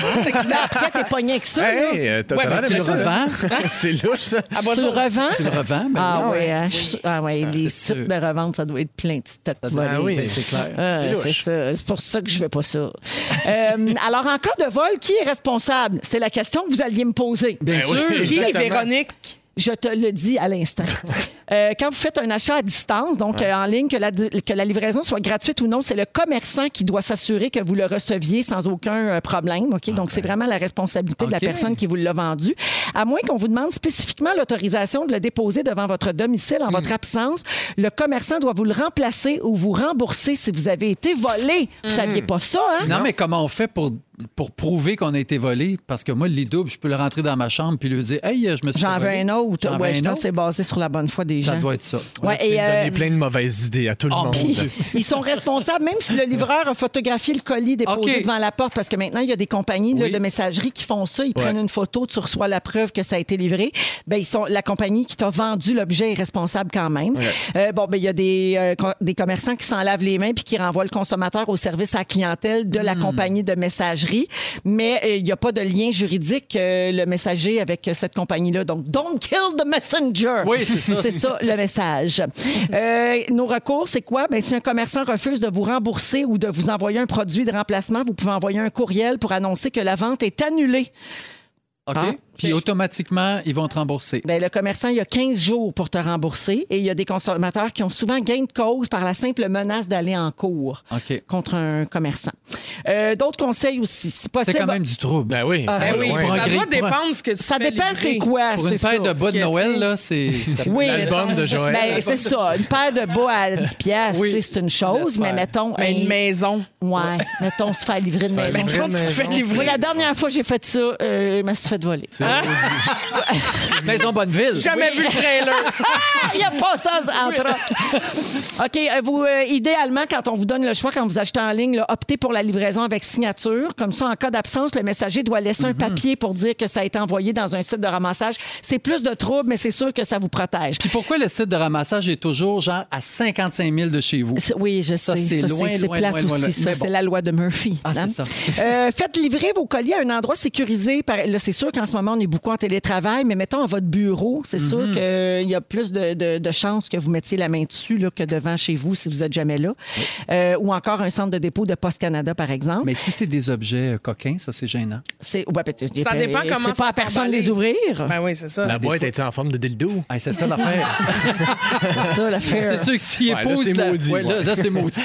A: après, t'es pogné avec ça. là.
B: Hey, euh, t'as
D: Ouais,
B: t'as
D: mais
B: l'air
C: Tu le
B: d'aimer ça.
C: revends?
B: C'est louche, ça.
D: À bonne
A: Tu le
D: soirée.
A: revends?
C: Tu le revends? mais
A: Ah
C: non.
A: oui, hein, je suis- ah ouais, les
C: c'est
A: sites
C: sûr.
A: de revente, ça doit être plein de petites volées.
B: Ah oui.
C: Ben, c'est clair.
A: Ah,
B: C'est
A: c'est
B: louche.
A: ça. C'est pour ça que je veux pas ça. Euh, alors, en cas de vol, qui est responsable? C'est la question que vous alliez me poser.
C: Bien Ben sûr.
D: Qui,
B: Exactement.
D: Véronique?
A: Je te le dis à l'instant. euh, quand vous faites un achat à distance, donc euh, en ligne, que la, di- que la livraison soit gratuite ou non, c'est le commerçant qui doit s'assurer que vous le receviez sans aucun euh, problème. OK? Donc, c'est vraiment la responsabilité de la
C: OK.
A: personne qui vous l'a vendu. À moins qu'on vous demande spécifiquement l'autorisation de le déposer devant votre domicile en
C: Hmm.
A: votre absence, le commerçant doit vous le remplacer ou vous rembourser si vous avez été volé. Vous saviez pas ça, hein?
C: Hmm. Non, mais comment on fait pour, pour prouver qu'on a été volé? Parce que moi, le lit double, je peux le rentrer dans ma chambre puis lui dire Hey, je me suis
A: J'en veux
C: volé.
A: un autre.
C: J'en veux
A: Ouais,
C: un
A: je pense que
C: autre.
A: c'est basé sur la bonne foi des gens.
C: Ça doit être ça.
A: Ouais, et, euh,
B: Donner plein de mauvaises idées à tout le
C: Oh,
B: monde.
C: mon Dieu.
A: Ils sont responsables, même si le livreur a photographié le colis déposé
C: OK.
A: devant la porte, parce que maintenant, il y a des compagnies là,
C: Oui.
A: de messagerie qui font ça. Ils prennent une photo, tu reçois la preuve que ça a été livré. Ben, ils sont, la compagnie qui t'a vendu l'objet est responsable quand même. Euh, bon, ben, il y a des, euh, co- des commerçants qui s'en lavent les mains puis qui renvoient le consommateur au service à la clientèle de la
C: Hmm.
A: compagnie de messagerie. Mais euh, il n'y a pas de lien juridique, euh, le messager, avec euh, cette compagnie-là. Donc, don't kill the messenger.
C: Oui, c'est ça.
A: C'est ça le message. Euh, nos recours, c'est quoi? Ben, si un commerçant refuse de vous rembourser ou de vous envoyer un produit de remplacement, vous pouvez envoyer un courriel pour annoncer que la vente est annulée.
C: OK?
A: Ah.
C: Puis automatiquement, ils vont te rembourser.
A: Ben, le commerçant, il y a 15 jours pour te rembourser et il y a des consommateurs qui ont souvent gain de cause par la simple menace d'aller en cours
C: OK.
A: contre un commerçant. Euh, D'autres conseils aussi. Si
C: C'est
A: possible,
C: quand même du trouble.
B: Ben oui.
A: Ah,
D: Ben oui,
C: Ouais.
D: ça
C: Pour un
D: doit
C: gris- pour
D: dépendre ce que tu
A: ça
D: fais
A: dépend c'est
D: livrer.
A: quoi.
C: Pour une
A: Ah, c'est ça.
C: paire de bas
D: ce
C: de
D: que
C: Noël,
D: tu-
C: là, c'est. ça-
A: Oui,
B: L'album de Joël.
A: Ben, c'est ça. Une paire de bas à 10 piastres,
C: Oui.
A: tu sais, c'est une chose,
C: Laisse
A: mais
C: faire.
A: mettons...
D: Mais
A: hey,
D: Ben, une maison. Ben,
A: Ouais, mettons se faire livrer de
B: faire
A: maison.
B: livrer.
D: Toi, tu te fais
A: Moi,
D: livrer.
A: la dernière fois que j'ai fait ça, euh, je me suis fait voler.
C: Maison Bonneville.
D: Jamais vu le trailer.
A: Ah, il n'y a pas ça en troc. OK, euh, vous, euh, idéalement, quand on vous donne le choix, quand vous achetez en ligne, là, optez pour la livraison avec signature. Comme ça, en cas d'absence, le messager doit laisser un papier pour dire que ça a été envoyé dans un site de ramassage. C'est plus de troubles, mais c'est sûr que ça vous protège.
C: Puis pourquoi le site de ramassage est toujours genre à 55 000 de chez vous?
A: C'est- Oui, je
C: Ça,
A: sais.
C: c'est
A: ça,
C: loin,
A: c'est- c'est
C: loin,
A: plate
C: loin, loin,
A: aussi,
C: loin.
A: ça.
C: Mais bon.
A: C'est la loi de Murphy.
C: Ah,
A: hein?
C: c'est ça.
A: Euh, faites livrer vos colis à un endroit sécurisé. Par... Là, c'est sûr qu'en ce moment, on est beaucoup en télétravail, mais mettons à votre bureau, c'est
C: Mhm.
A: sûr qu'il y a plus de, de- de chances que vous mettiez la main dessus là, que devant chez vous si vous êtes jamais là. Euh, ou encore un centre de dépôt de Poste Canada, par exemple.
C: Mais si c'est des objets euh, coquins, ça, c'est gênant.
A: C'est... ouais, peut-
D: Ça dépend comment
A: C'est
D: ça
A: pas à
D: va
A: personne de les
D: emballer.
A: ouvrir.
D: Ben oui, c'est ça.
B: La boîte est en forme de dildo?
C: Hey, c'est ça l'affaire.
A: C'est ça, l'affaire.
C: ben, c'est sûr que s'il
B: Ouais, là,
C: épouse.
B: c'est
C: la-
B: maudit,
C: Ouais, là,
B: ouais.
C: là, c'est maudit.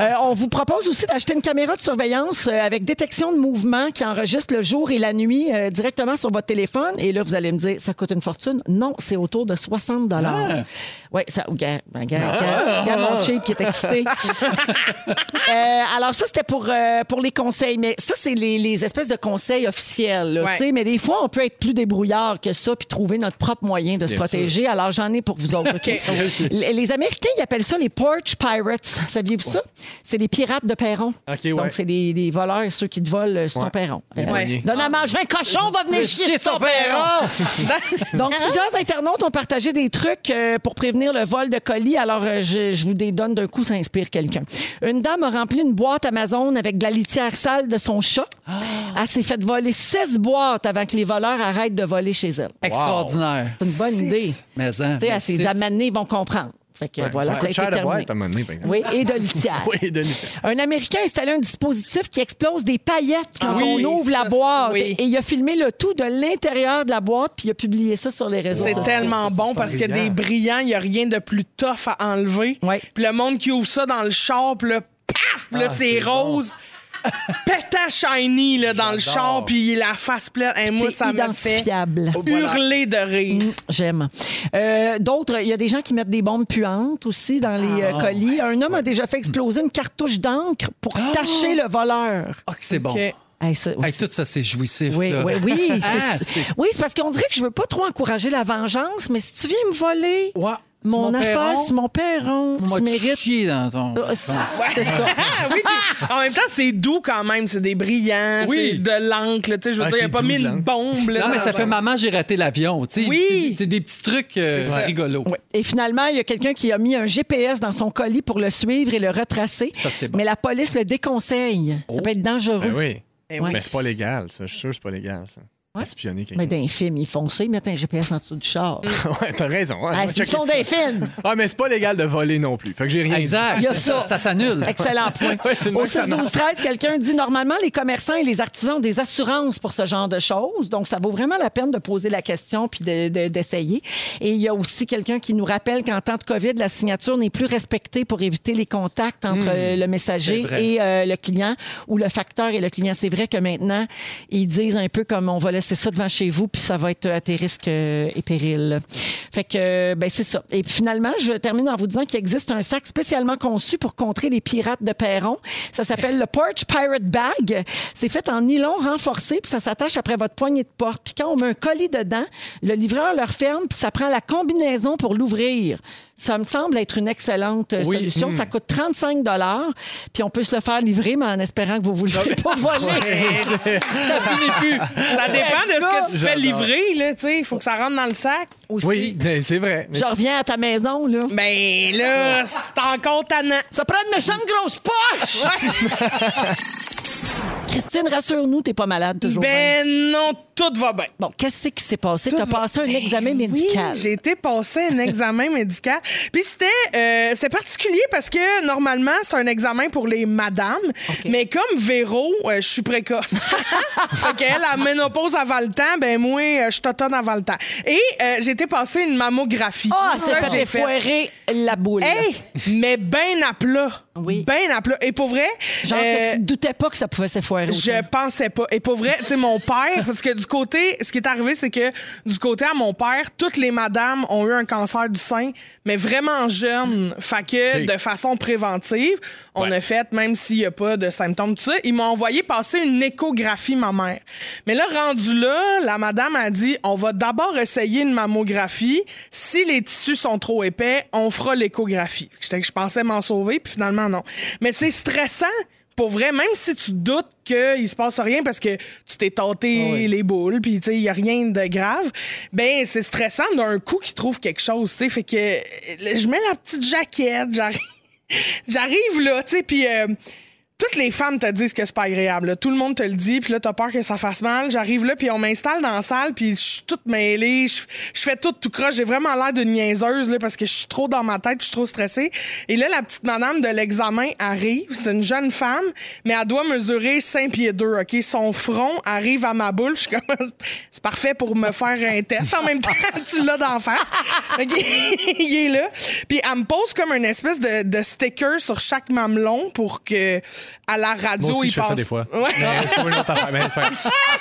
A: Euh, on vous propose aussi d'acheter une caméra de surveillance euh, avec détection de mouvement qui enregistre le jour et la nuit euh, directement sur votre téléphone. Et là, vous allez me dire, ça coûte une fortune. Non, c'est autour de 60 dollars.
C: Ah.
A: Oui, ça. ben, Regarde, regarde, regarde, regarde mon cheap qui est excité. Euh, alors ça, c'était pour, euh, pour les conseils. Mais ça, c'est les, les espèces de conseils officiels. là,
D: Ouais.
A: tu sais. Mais des fois, on peut être plus débrouillard que ça puis trouver notre propre moyen de se protéger. Alors, j'en ai pour vous autres. OK? les, les Américains, ils appellent ça les porch pirates. Saviez-vous ça? C'est les pirates de perron.
B: OK, ouais.
A: Donc, c'est les, les voleurs, ceux qui te volent euh, sur ton perron. Euh,
D: poignées.
A: Donne à manger un cochon, va venir chier sur ton perron! Donc, plusieurs internautes ont partagé des trucs euh, pour prévenir le vol de colis. Alors, euh, je, je vous les donne d'un coup, ça inspire quelqu'un. Une dame a rempli une boîte Amazon avec de la litière sale de son chat. Elle s'est faite voler 16 boîtes avant que les voleurs arrêtent de voler chez elle.
C: Extraordinaire.
A: C'est une bonne idée.
C: Mais, hein,
A: Tu sais,
C: mais
A: elle s'est
C: six.
A: dit, Amenez, ils vont comprendre. Fait que Ben voilà,
B: ça
A: ça,
B: coûte
A: a été
B: cher la
A: terminé.
B: boîte à un moment donné, par exemple.
A: Oui, et de litière.
B: Oui, Denis.
A: Un Américain a installé un dispositif qui explose des paillettes quand
D: Ah oui,
A: on ouvre
D: ça,
A: la boîte.
D: oui.
A: Et il a filmé le tout de l'intérieur de la boîte, puis il a publié ça sur les réseaux
D: C'est
A: sociaux.
D: tellement bon parce que des brillants, il n'y a rien de plus tough à enlever.
A: Ouais.
D: Puis le monde qui ouvre ça dans le char, puis là, paf, puis là, c'est rose. Pétant shiny là, dans le char, puis la face pleine. Hey, moi,
A: C'est
D: ça me fait
A: identifiable. Mm,
D: hurler de rire.
A: J'aime. Euh, D'autres, il y a des gens qui mettent des bombes puantes aussi dans les
C: Ah,
A: euh, colis. Un homme a déjà fait exploser une cartouche d'encre pour tacher le voleur.
C: Ah, que c'est bon.
D: OK.
A: Hey, ça-
C: Ah! Hey, tout ça, c'est jouissif.
A: Oui,
C: là.
A: oui, oui.
C: Ah,
A: c'est-
C: c'est-
A: oui, c'est parce qu'on dirait que je veux pas trop encourager la vengeance, mais si tu viens me voler
C: Ouais.
A: mon,
C: Mon
A: affaire,
C: perron,
A: c'est mon perron,
C: On m'a
A: tu mérites.
C: chié dans ton.
A: Ah, c'est ça.
D: Ah oui, puis en même temps, c'est doux quand même. C'est des brillants,
C: Oui.
D: c'est de l'encre. là, Tu sais, je veux
B: Ah,
D: dire, il
B: c'est
D: a pas
B: doux,
D: mis
B: de
D: une
B: l'encre.
D: bombe. là,
C: Non, mais
D: dans
C: ça
D: un-
C: fait maman, j'ai raté l'avion. tu sais.
D: Oui.
C: C'est- C'est des petits trucs euh,
D: C'est ça.
C: rigolos.
A: Ouais. Et finalement, il y a quelqu'un qui a mis un GPS dans son colis pour le suivre et le retracer.
C: Ça, c'est bon. Oh.
A: Mais la police le déconseille. Ça peut être dangereux.
B: Ben oui.
D: Eh
A: Ouais.
D: oui.
B: Mais c'est pas légal, ça. Je suis sûr que c'est pas légal, ça. espionner quelqu'un.
A: Mais d'un film, ils font ça, ils mettent un GPS en dessous du char.
B: Ouais, t'as raison. Mhm. Ouais, on va
A: Ah, ils
B: checker
A: font
B: ça.
A: des films.
B: Ah, mais c'est pas légal de voler non plus. Fait que j'ai rien
C: Exact.
A: Il y a
C: c'est
A: ça.
C: Ça s'annule.
A: Excellent point.
B: Ouais, c'est de
A: Au
B: moi que ça
A: 6 12 13 quelqu'un dit normalement les commerçants et les artisans ont des assurances pour ce genre de choses, donc ça vaut vraiment la peine de poser la question puis de- de- d'essayer. et il y a aussi quelqu'un qui nous rappelle qu'en temps de Covid, la signature n'est plus respectée pour éviter les contacts
B: Hmm.
A: entre euh, le messager
C: C'est vrai.
A: et euh, le client ou le facteur et le client. C'est vrai que maintenant ils disent un peu comme on va laisser ça devant chez vous puis ça va être à tes risques euh, et périls. Fait que euh, ben c'est ça. Et puis, finalement, je termine en vous disant qu'il existe un sac spécialement conçu pour contrer les pirates de Perron. Ça s'appelle le Porch Pirate Bag. C'est fait en nylon renforcé, puis ça s'attache après votre poignée de porte. Puis quand on met un colis dedans, le livreur le referme, puis ça prend la combinaison pour l'ouvrir. Ça me semble être une excellente euh,
C: Oui.
A: solution. Ça coûte 35 puis on peut se le faire livrer, mais en espérant que vous ne vous le ferez pas voler.
D: Ça finit plus.
C: Oh
D: Ça dépend de ce que tu te fais livrer, là, tu sais. Il faut que ça rentre dans le sac aussi.
B: Oui, ben, c'est vrai. Mais
A: Je reviens à ta maison, là.
D: Ben là, c'est encore tannant.
A: Ça prend une méchante grosse poche! Christine, rassure-nous, t'es pas malade toujours. bien.
D: Ben non, tout va bien.
A: Bon, qu'est-ce qui s'est passé? T'as passé un examen
D: Ben Oui,
A: médical.
D: j'ai été passer un examen médical. Puis c'était euh, c'était particulier parce que normalement, c'est un examen pour les madames. Mais comme Véro, euh, je suis précoce. fait qu'elle, la ménopause avant le temps, ben moi, euh, je t'automne avant le temps. Et euh, j'ai été passer une mammographie.
A: Ah,
D: C'est
A: c'est
D: ça que
A: fait
D: j'ai fait.
A: défoirer la boule.
D: Hey, mais ben à plat.
A: Oui.
D: Ben à plat. Et pour vrai.
A: Genre, que
D: euh,
A: tu te doutais pas que ça pouvait s'effoirer.
D: je pensais pas. Et pour vrai, tu sais, mon père, parce que du côté, ce qui est arrivé, c'est que du côté à mon père, toutes les madames ont eu un cancer du sein, mais vraiment jeune. Fait que
B: Ok.
D: de façon préventive, on a fait, même s'il y a pas de symptômes, tout ça, ils m'ont envoyé passer une échographie, ma mère. Mais là, rendu là, la madame a dit, on va d'abord essayer une mammographie. Si les tissus sont trop épais, on fera l'échographie. J'étais- Je pensais m'en sauver, puis finalement, non. Mais c'est stressant pour vrai, même si tu doutes qu'il se passe rien parce que tu t'es tâté les boules, puis tu sais, il n'y a rien de grave, ben c'est stressant d'un coup qu'ils trouvent quelque chose, tu sais. Fait que euh, je mets la petite jaquette, j'arrive, j'arrive là, tu sais, puis... euh, toutes les femmes te disent que c'est pas agréable. là. Tout le monde te le dit, puis là, t'as peur que ça fasse mal. J'arrive là, puis on m'installe dans la salle, puis je suis toute mêlée, je je fais tout tout croche. J'ai vraiment l'air d'une niaiseuse, là, parce que je suis trop dans ma tête, puis je suis trop stressée. Et là, la petite madame de l'examen arrive. C'est une jeune femme, mais elle doit mesurer 5 pieds 2, OK? Son front arrive à ma boule. Je suis comme, c'est parfait pour me faire un test. En même temps, tu l'as d'en face. OK? Il est là. Puis elle me pose comme une espèce de, de sticker sur chaque mamelon pour que, à la radio,
B: Moi aussi,
D: il
B: je fais
D: passe.
B: ça des fois.
D: Ouais.
B: Mais c'est pas une autre affaire. Mais c'est pas-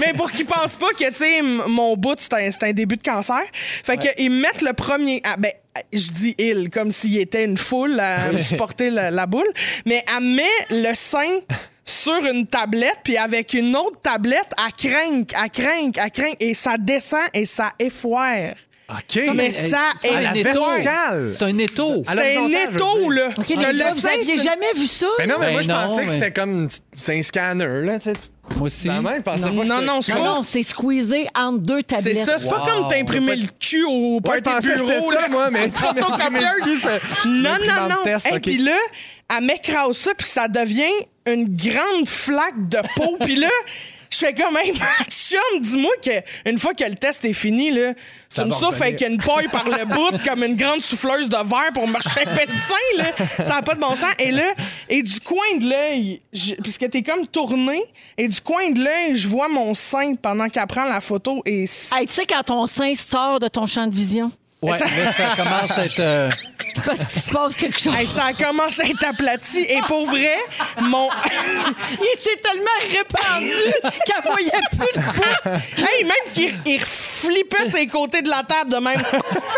D: Mais pour qu'ils pensent pas que, tu sais, m- mon bout, c'est un, c'est un début de cancer. Fait que ils me mettent le premier. Ah, ben, je dis il, comme s'il était une foule à me supporter la, la boule. Mais elle met le sein sur une tablette, puis avec une autre tablette, elle crinque, elle crinque, elle crinque, et ça descend et ça effoire.
B: OK.
D: Mais ça
C: c'est
D: est
C: un
B: la
C: étau.
B: verticale.
C: C'est un étau.
B: À la
D: C'est un
B: horizontale, je veux
D: étau,
B: dire.
D: là.
A: OK,
D: T'as
A: les gars, vous
D: sein
A: aviez
D: sur-
A: jamais vu ça?
B: Mais non, mais
C: Ben
B: moi, je
C: non,
B: pensais que
C: mais-
B: c'était comme tu- c'est un scanner, là. Tu sais, tu-
C: Moi aussi.
B: la main, je pensais Ah, pas que
D: Non,
B: c'était-
D: non, c'est
A: Ah Non,
D: pas...
A: non, c'est squeezé entre deux
D: C'est
A: tablettes.
D: ça, c'est pas comme t'imprimer le cul au
B: Ouais, je
D: party
B: pensais que c'était
D: bureau, là.
B: ça, moi, mais tu m'as imprimé le
D: Photocopieuse.
B: cul, c'est- tu
D: Non,
B: m'as imprimé
D: non,
B: en
D: non. Et
B: test, OK.
D: puis là, elle m'écrase ça, puis ça devient une grande flaque de peau. puis là, je fais comme, hey, ma chum, dis-moi qu'une fois que le test est fini, là, tu me
B: va
D: souffles
B: revenir.
D: avec une paille par le bout comme une grande souffleuse de verre pour me rechapper le sein, là. Ça n'a pas de bon sens. Et là, et du coin de l'œil, je- puisque t'es comme tourné, et du coin de l'œil, je vois mon sein pendant qu'elle prend la photo et
A: Hey, tu sais, quand ton sein sort de ton champ de vision,
C: Ouais, là, ça commence à être. euh,
A: c'est parce qu'il se passe quelque chose.
D: Hey, ça commence à être aplati. Et pour vrai, mon.
A: Il s'est tellement répandu qu'elle voyait plus le bout.
D: hey, même qu'il il flippait ses côtés de la table de même.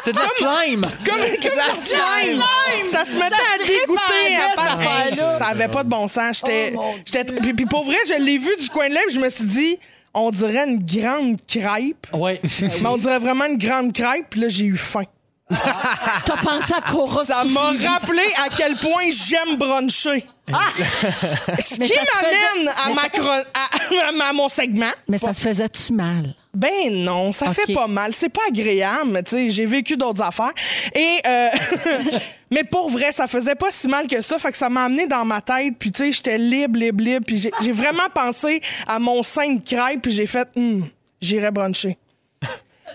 C: C'est de la slime.
D: Comme, comme la slime. Ça se mettait
A: Ça
D: à
A: se
D: dégoûter.
A: répandait,
D: À part-
A: cette
D: Hey,
A: affaire-là.
D: ça avait pas de bon sens. J'étais.
A: Oh, mon
D: j'étais tr- puis, puis pour vrai, je l'ai vu du coin de l'œil, puis je me suis dit, on dirait une grande crêpe.
C: Ouais.
D: Mais on dirait vraiment une grande crêpe, puis là, j'ai eu faim.
A: T'as pensé à Cora.
D: Ça m'a rappelé à quel point j'aime bruncher. Ce
A: Ah! Mais
D: qui
A: ça te
D: m'amène
A: faisait-
D: à,
A: mais
D: ma
A: ça-
D: chron- à- à mon segment.
A: Mais ça te faisait-tu mal?
D: Ben non, ça
A: Ok.
D: fait pas mal. C'est pas agréable, mais tu sais, j'ai vécu d'autres affaires. Et euh, mais pour vrai, ça faisait pas si mal que ça, fait que ça m'a amené dans ma tête. Puis tu sais, j'étais libre, libre, libre. Puis j'ai j'ai vraiment pensé à mon sein de crêpe, puis j'ai fait, Hmm, j'irai bruncher. Pis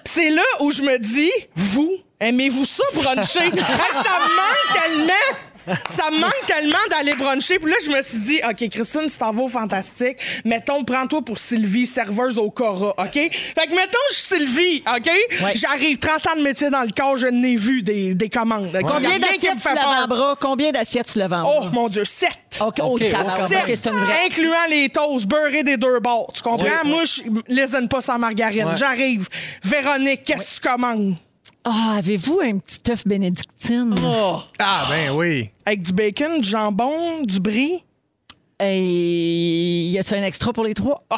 D: c'est là où je me dis, vous, aimez-vous ça, bruncher? Hey, ça me manque tellement! Ça me manque tellement d'aller bruncher. Puis là, je me suis dit, OK, Christine, tu t'en vas au Fantastique. Mettons, prends-toi pour Sylvie, serveuse au Cora, OK? Fait que, mettons, je suis Sylvie, OK? J'arrive, 30 ans de métier dans le corps, je n'ai vu des, des commandes. OK? Y a
A: Combien
D: rien qui me
A: d'assiettes
D: fait
A: tu
D: peur.
A: le bras? Combien d'assiettes tu le vends?
D: Oh, mon Dieu, 7!
A: OK, oh,
C: Ok,
A: tabarnak,
D: Sept,
A: c'est une vraie.
D: Incluant les toasts beurrés des deux bords. Tu comprends? Moi, je lésine pas sans margarine. J'arrive. Véronique, qu'est-ce que tu commandes?
A: Ah, avez-vous un petit œuf bénédictine?
D: Oh!
B: Ah, ben oui.
D: Avec du bacon, du jambon, du brie.
A: Et y a-t-il un extra pour les trois?
D: Oh!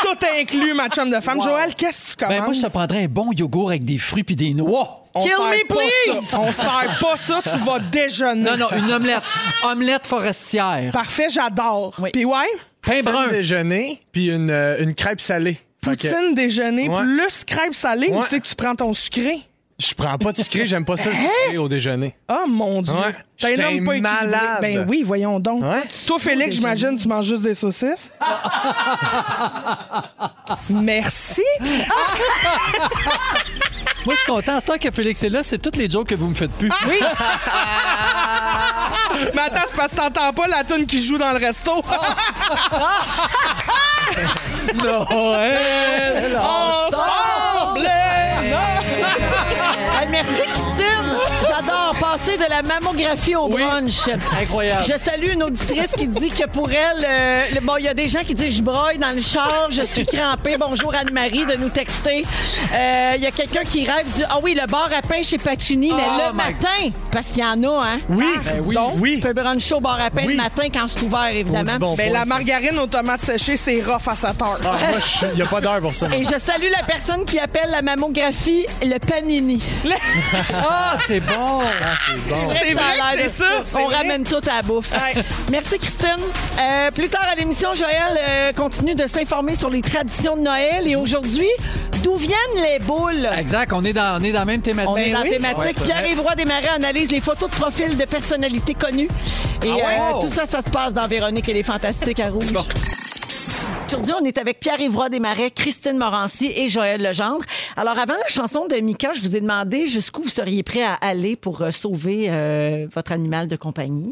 D: Tout inclus, ma chum de femme. Joël, qu'est-ce que tu
C: Ben,
D: commandes?
C: moi, je te prendrais un bon yogourt avec des fruits puis des noix.
D: On
A: Kill
D: sert
A: me,
D: pas
A: please!
D: ça. On sert pas ça, tu vas déjeuner.
C: Non, non, une omelette. Omelette forestière.
D: Parfait, j'adore.
A: Oui.
D: Puis ouais,
C: Pain brun.
B: Un déjeuner, puis une, euh, une crêpe salée. Fait que
D: poutine déjeuner,
B: Ouais.
D: plus crêpe salée, où
B: Ouais.
D: c'est que tu prends ton sucré?
B: Je prends pas de sucré, j'aime pas ça le sucré au déjeuner.
D: Oh mon Dieu!
B: Ouais.
D: T'es un
B: J'étais
D: homme pas équilibré.
B: malade.
D: Ben oui, voyons donc.
B: Ouais.
D: Toi, Félix, j'imagine, tu manges juste des saucisses. Merci!
C: Moi, je suis content. C'est tant que Félix est là, c'est toutes les jokes que vous me faites plus. Oui.
D: Mais attends, c'est parce que t'entends pas la tune qui joue dans le resto.
C: Noël.
D: Ensemble! Non!
A: Hey, merci, Christine! J'adore passer de la mammographie au
C: Oui.
A: brunch.
C: Incroyable.
A: Je salue une auditrice qui dit que pour elle, euh, le- bon, il y a des gens qui disent je broille dans le char, je suis crampée. Bonjour Anne-Marie de nous texter. Euh, Il y a quelqu'un qui rêve du ah oui le bar à pain chez Pacini, mais
C: Oh
A: le
C: my-
A: matin parce qu'il y en a hein.
B: Oui,
C: oui.
B: donc, Ben oui.
A: Tu peux bruncher au bar à pain le
B: Oui.
A: matin quand c'est ouvert évidemment.
D: Ben, la margarine aux tomates séchées, c'est rough à 7 heures.
B: Ah, moi, je- y a pas d'heure pour ça.
A: Et je salue la personne qui appelle la mammographie le panini.
C: Ah, c'est bon.
D: C'est vrai
A: a
D: que
A: l'air
D: c'est
A: de
D: ça, c'est
A: On
D: vrai.
A: ramène tout à la bouffe.
D: Ouais.
A: Merci, Christine. Euh, plus tard à l'émission, Joël euh, continue de s'informer sur les traditions de Noël. Et aujourd'hui, d'où viennent les boules?
D: Ah,
C: Exact, on est dans, on est dans la même thématique. Ben
A: On est dans
D: oui.
A: Ben la thématique. Pierre-Yves Roy Desmarais analyse les photos de profil de personnalités connues. Et euh, tout ça, ça se passe dans Véronique et les Fantastiques à Rouge. Aujourd'hui, on est avec Pierre Évroy Desmarais, Christine Morancy et Joël Legendre. Alors, avant la chanson de Mika, je vous ai demandé jusqu'où vous seriez prêt à aller pour euh, sauver euh, votre animal de compagnie.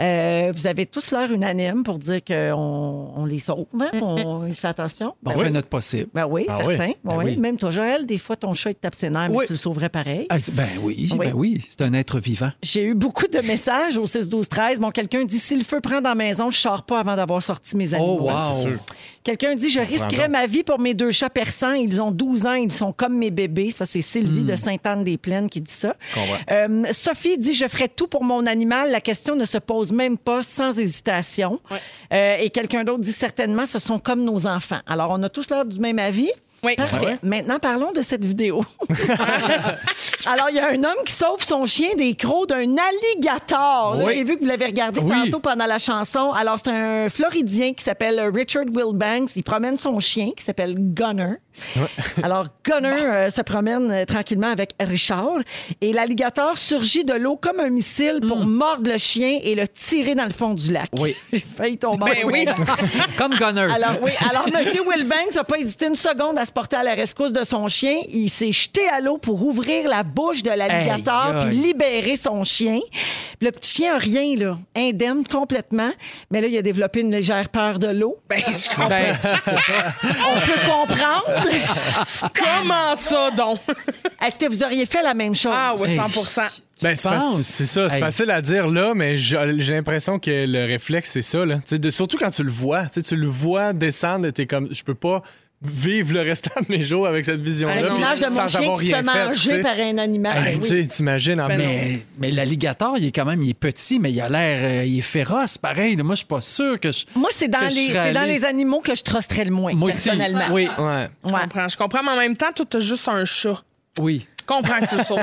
A: Euh, vous avez tous l'air unanime pour dire qu'on on les sauve, hein? on, il fait attention.
C: On
A: Ben
C: fait
A: oui.
C: notre possible.
A: Ben oui,
B: Ah oui.
A: certain.
C: Ben
A: Ouais.
C: oui.
A: Même toi, Joël, des fois, ton chat est tape ses nerfs, mais
C: Oui.
A: tu le sauverais pareil.
C: Ah, c'est- Ben oui,
A: Oui.
C: ben oui, c'est un être vivant.
A: J'ai eu beaucoup de messages au 6-12-13. Bon, quelqu'un dit si le feu prend dans la maison, je sors pas avant d'avoir sorti mes animaux.
C: Oh, wow.
A: Quelqu'un dit je risquerais ma vie pour mes deux chats persans. Ils ont 12 ans, ils sont comme mes bébés. Ça, c'est
B: Hmm.
A: Sylvie de Sainte-Anne-des-Plaines qui dit ça. Euh, Sophie dit je ferai tout pour mon animal. La question ne se pose même pas sans hésitation. Euh, et quelqu'un d'autre dit certainement ce sont comme nos enfants. Alors, on a tous l'air du même avis.
D: Oui.
A: Parfait. Maintenant, parlons de cette vidéo. Alors, il y a un homme qui sauve son chien des crocs d'un alligator. Là,
B: Oui.
A: J'ai vu que vous l'avez regardé
B: Oui.
A: tantôt pendant la chanson. Alors, c'est un Floridien qui s'appelle Richard Wilbanks. Il promène son chien qui s'appelle Gunner. Alors, Gunner euh, se promène euh, tranquillement avec Richard et l'alligator surgit de l'eau comme un missile pour mordre le chien et le tirer dans le fond du lac.
C: Mm. Oui.
A: J'ai failli tomber. en
D: Ben oui.
A: dedans.
C: Comme Gunner.
A: Alors oui, alors M. Wilbanks n'a pas hésité une seconde à se porter à la rescousse de son chien. Il s'est jeté à l'eau pour ouvrir la bouche de l'alligator
C: Aïe, aïe.
A: puis libérer son chien. Le petit chien a rien, là, indemne complètement. Mais là, il a développé une légère peur de l'eau.
D: Ben, je comprends.
C: Ben, c'est
A: On peut comprendre.
D: Ah. Comment ça, donc?
A: Est-ce que vous auriez fait la même chose?
D: Ah oui,
C: Hey.
D: 100
B: Ben, c'est faci-
C: penses?
B: c'est ça, c'est
C: Hey.
B: facile à dire là, mais j'ai j'ai l'impression que le réflexe, c'est ça. Là. Tu sais, De, surtout quand tu le vois. Tu sais, tu le vois descendre et t'es comme, je peux pas vivre le restant de mes jours avec cette
D: À
B: vision-là. puis
A: L'image de
B: sans
A: mon chien
B: avoir
A: qui se fait
B: rien fait, tu
A: manger
B: sais.
A: par un animal.
B: Hey,
A: Ben oui.
B: tu sais, T'imagines en
D: Ben
B: plus.
C: Mais, mais l'alligator, il est quand même, il est petit, mais il a l'air, euh, il est féroce, pareil. Moi, je suis pas sûr que je.
A: Moi, c'est dans,
C: que je
A: les,
C: serais
A: c'est dans
C: allé.
A: les animaux que je trusterais le moins,
C: Moi aussi.
A: personnellement.
C: Oui,
B: Ouais.
A: Ouais.
D: Je comprends. Je comprends, mais en même temps, toi, t'as juste un chat.
C: oui.
D: Je comprends que tu le sauves.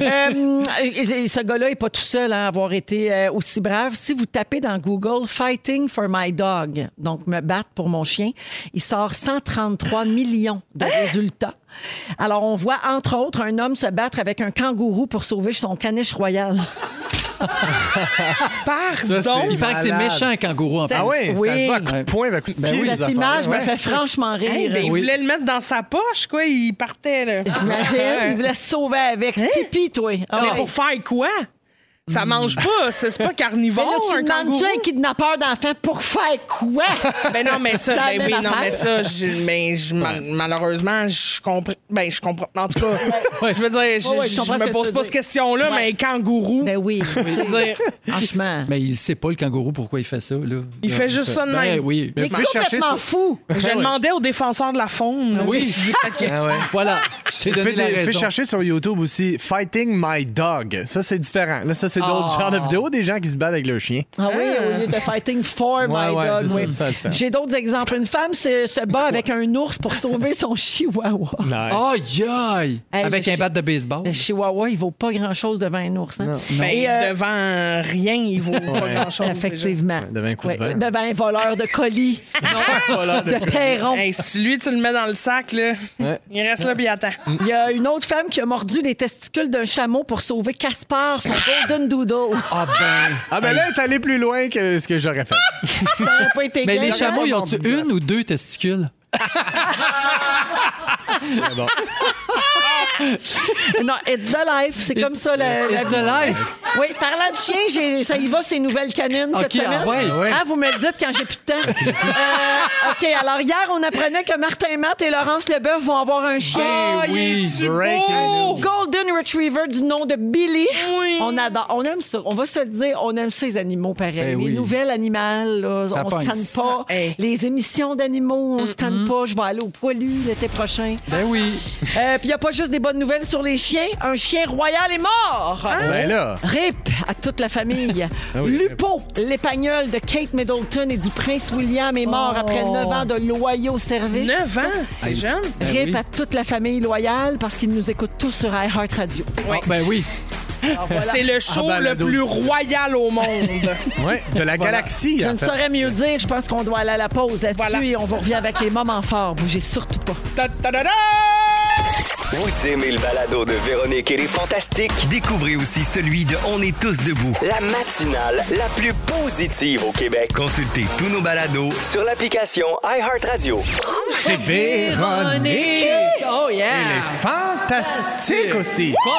A: Euh, et- et ce gars-là n'est pas tout seul à avoir été euh, aussi brave. Si vous tapez dans Google Fighting for my dog, donc me battre pour mon chien, il sort 133 millions de résultats. Alors, on voit entre autres un homme se battre avec un kangourou pour sauver son caniche royal.
D: Pardon?
C: Il paraît que c'est
B: malade.
C: méchant un kangourou en
B: Ah
C: plus.
B: oui, ça se bat à coups de
C: Ouais.
B: poing, à coups de
C: Ben
B: pied.
C: oui,
A: Euh,
B: les
A: Cette
B: affaires.
A: image me
B: Ouais.
A: fait franchement rire.
D: Hey, ben, Il
C: Oui.
D: voulait le mettre dans sa poche, quoi. Il partait, là.
A: J'imagine, il voulait se sauver avec.
B: Hein?
A: Stipi, toi. Ah
D: Mais
A: ouais. Mm.
D: pour faire quoi? Ça mange pas, c'est c'est pas
A: Mais
D: carnivore,
A: là, tu
D: un
A: demandes
D: kangourou.
A: un kidnappeur d'enfants pour faire quoi?
D: Ben non, mais ça,
A: C'est la
D: ben
A: même
D: oui, non,
A: affaire.
D: mais ça, je- mais je- mal- malheureusement, je comprends. Ben, je comprends. En tout cas, je veux dire, je,
A: Ouais, ouais, je
D: je
A: comprends ce
D: me
A: que
D: pose
A: tu
D: pas
A: veux
D: cette
A: dire.
D: question-là,
A: Ouais.
D: mais kangourou,
A: Ben oui.
D: je veux dire,
A: Franchement.
C: Mais il sait pas, le kangourou, pourquoi il fait ça. Là.
D: Il
C: Là,
D: fait juste ça de
C: Ben
D: même.
C: oui.
B: Mais
A: Il est
B: fais chercher
A: complètement
B: ça.
A: fou.
D: je demandais aux défenseurs de la faune. là,
C: Oui.
D: je me suis dit, peut-être que-
B: Ah ouais.
C: Voilà, je t'ai donné
B: Fais,
C: la
B: des- fais
C: raison.
B: chercher sur YouTube aussi Fighting My Dog. Ça, c'est différent. Là, ça, c'est
C: Ah.
B: d'autres genres de vidéos, des gens qui se battent avec leur chien.
A: Ah oui, au lieu de fighting for my
B: ouais,
A: dog.
B: c'est ça,
A: oui.
B: ça, c'est ça.
A: J'ai d'autres exemples. Une femme se, se bat avec un ours pour sauver son chihuahua.
B: Nice.
C: Aïe, aïe!
A: Hey,
C: Avec
A: le
C: un
A: chi-
C: bat de baseball.
A: Le chihuahua, il vaut pas grand-chose devant un ours. hein?
D: Ben,
A: Et, euh,
D: devant rien, il vaut pas grand-chose.
A: Effectivement.
B: Devant un coup de vent.
A: Devant un voleur de colis,
B: Voilà.
A: de perron.
D: déjà. Hey, si lui, tu le mets dans le sac, là, il reste là, puis il attend.
A: Il y a une autre femme qui a mordu les testicules d'un chameau pour sauver Caspar, son golden doodle.
C: Ah ben. Oh.
B: Ah, ben là, t'es allé plus loin que ce que j'aurais fait.
A: Ça aurait pas été
C: Mais
A: gay,
C: les
A: hein?
C: chameaux, ils ont-tu une ou deux testicules?
A: Non, it's the life. C'est comme ça la, la
C: It's the life!
A: Oui, parlant de chien, j'ai- ça y va, ces nouvelles canines
C: OK,
A: cette semaine.
C: ah ouais, ouais.
A: Ah, vous me le dites quand j'ai plus de temps. Euh, OK, alors hier, on apprenait que Martin Matt et Laurence Leboeuf vont avoir un chien.
D: Ah, il
C: oui,
D: est-tu
B: breaking
C: Oh!
D: beau?
A: Golden Retriever du nom de Billy. On adore. On aime ça. On va se le dire, on aime ça, les animaux pareils.
C: Ben
A: les
C: oui.
A: nouvelles animales, là,
C: Ça Mm-hmm.
A: on
C: pogne.
A: se tanne pas.
D: Ça, hey.
A: Les émissions d'animaux, on se tanne pas. Je vais aller au poilu l'été prochain.
C: Ben oui.
A: Euh, Puis il n'y a pas juste des bonnes nouvelles sur les chiens. Un chien royal est mort.
C: Oh,
B: Ben là.
A: RIP à toute la famille.
B: Ah oui,
A: Lupo, l'épagnol de Kate Middleton et du prince William est mort après 9 ans de loyaux services.
D: 9 ans, c'est jeune.
A: RIP
C: oui.
A: à toute la famille loyale parce qu'ils nous écoutent tous sur iHeart Radio.
C: Ah, ben oui.
D: C'est le show
B: Ah, ben,
D: le
B: la dose.
D: plus royal au monde.
B: Ouais, de la galaxie.
A: Je
B: en
A: ne
B: fait.
A: saurais mieux dire. Je pense qu'on doit aller à la pause là-dessus
D: Voilà.
A: et on vous revient avec les moments forts. Bougez surtout pas.
D: Ta- ta- ta- ta!
G: Vous aimez le balado de Véronique et les Fantastiques?
F: Découvrez aussi celui de On est tous debout.
G: La matinale la plus positive au Québec.
F: Consultez tous nos balados
G: Sur l'application iHeartRadio.
B: C'est Véronique.
C: Oh yeah!
B: Fantastique aussi.
C: Oh,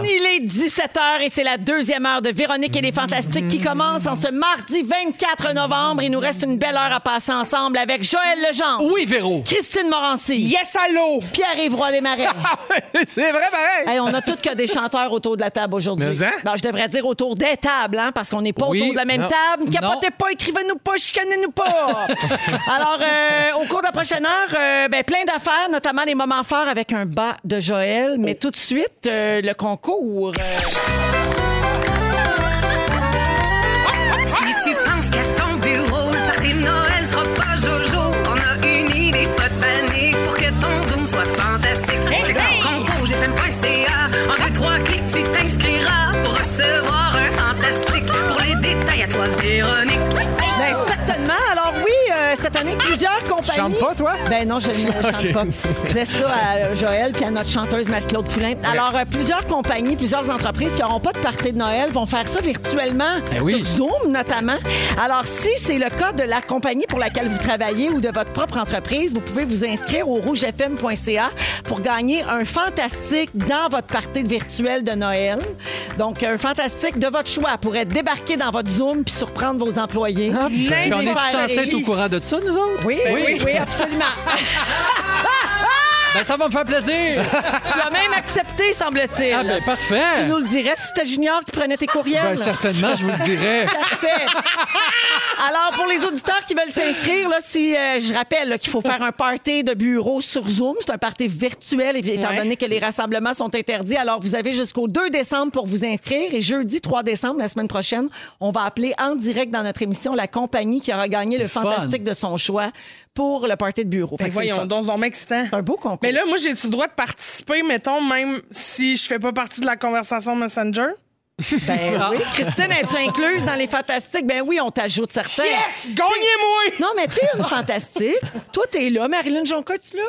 A: On, il est 17h et c'est la deuxième heure de Véronique et les Fantastiques qui commence en ce mardi 24 novembre. Il nous reste une belle heure à passer ensemble avec Joël Legendre,
C: Oui, Véro!
A: Christine Morancy,
D: Yes, allô!
A: Pierre-Yves Roy Desmarais.
B: c'est vrai pareil.
A: Hey, on a toutes que des chanteurs autour de la table aujourd'hui.
B: Mais, hein?
A: Ben, je devrais dire autour des tables, hein, parce qu'on n'est pas
C: Oui,
A: autour de la même
C: non.
A: table. Capotez
C: Non.
A: pas, écrivez-nous pas, chicanez-nous pas. Alors, euh, au cours de la prochaine heure, euh, ben, plein d'affaires, notamment les moments forts avec un bas de Joël. Mais tout de suite, euh, le concours. euh,
H: Si tu penses qu'à ton bureau, le party de Noël sera pas Jojo, on a une idée, pas de panique, pour que ton Zoom soit fantastique. C'est comme concours, j'ai fait En deux, trois clics, tu t'inscriras pour recevoir un fantastique. Pour les détails, à toi, Véronique.
A: Ben, certainement. Alors oui, euh, cette année, plusieurs compagnies...
B: Tu chantes pas, toi?
A: Ben non, je ne chante
B: Ok.
A: pas. Je laisse ça à Joël puis à notre chanteuse Marie-Claude Poulin. Alors, euh, plusieurs compagnies, plusieurs entreprises qui n'auront pas de party de Noël vont faire ça virtuellement,
C: Ben oui.
A: sur Zoom notamment. Alors, si c'est le cas de la compagnie pour laquelle vous travaillez ou de votre propre entreprise, vous pouvez vous inscrire au rougefm.ca pour gagner un fantastique dans votre party de virtuel de Noël. Donc, un fantastique de votre choix pour être débarqué dans votre Zoom puis surprendre vos employés.
B: Ah,
C: Puis on est tous
A: faire
C: censés être
A: rire.
C: au courant Ah, de ça, nous autres?
A: Oui, oui, oui, absolument.
C: Ben, ça va me faire plaisir!
A: tu as même accepté, semble-t-il.
C: Ah, ben, parfait!
A: Tu nous le dirais si c'était Junior qui prenait tes courriels.
C: Ben, certainement, je vous le dirais. Ah,
A: Parfait. Alors, pour les auditeurs qui veulent s'inscrire, là, si, euh, je rappelle là, qu'il faut faire un party de bureau sur Zoom. C'est un party virtuel, évi- étant
D: Ouais.
A: donné que les rassemblements sont interdits. Alors, vous avez jusqu'au 2 décembre pour vous inscrire. Et jeudi 3 décembre, la semaine prochaine, on va appeler en direct dans notre émission la compagnie qui aura gagné le
C: Fun.
A: fantastique de son choix pour le party de bureau. Fait
D: Ben
A: que c'est le
D: voyons
A: fun.
D: donc, c'est donc excitant.
A: C'est un beau concours.
D: Mais là, moi, j'ai-tu le droit de participer, mettons, même si je fais pas partie de la conversation Messenger?
A: Ben
D: Ah.
A: oui. Christine, es-tu incluse dans les fantastiques? Ben oui, on t'ajoute certains.
D: Yes! Gagnez-moi!
A: Non, mais t'es une fantastique. Toi, t'es là. Marilyn Jonca, tu là?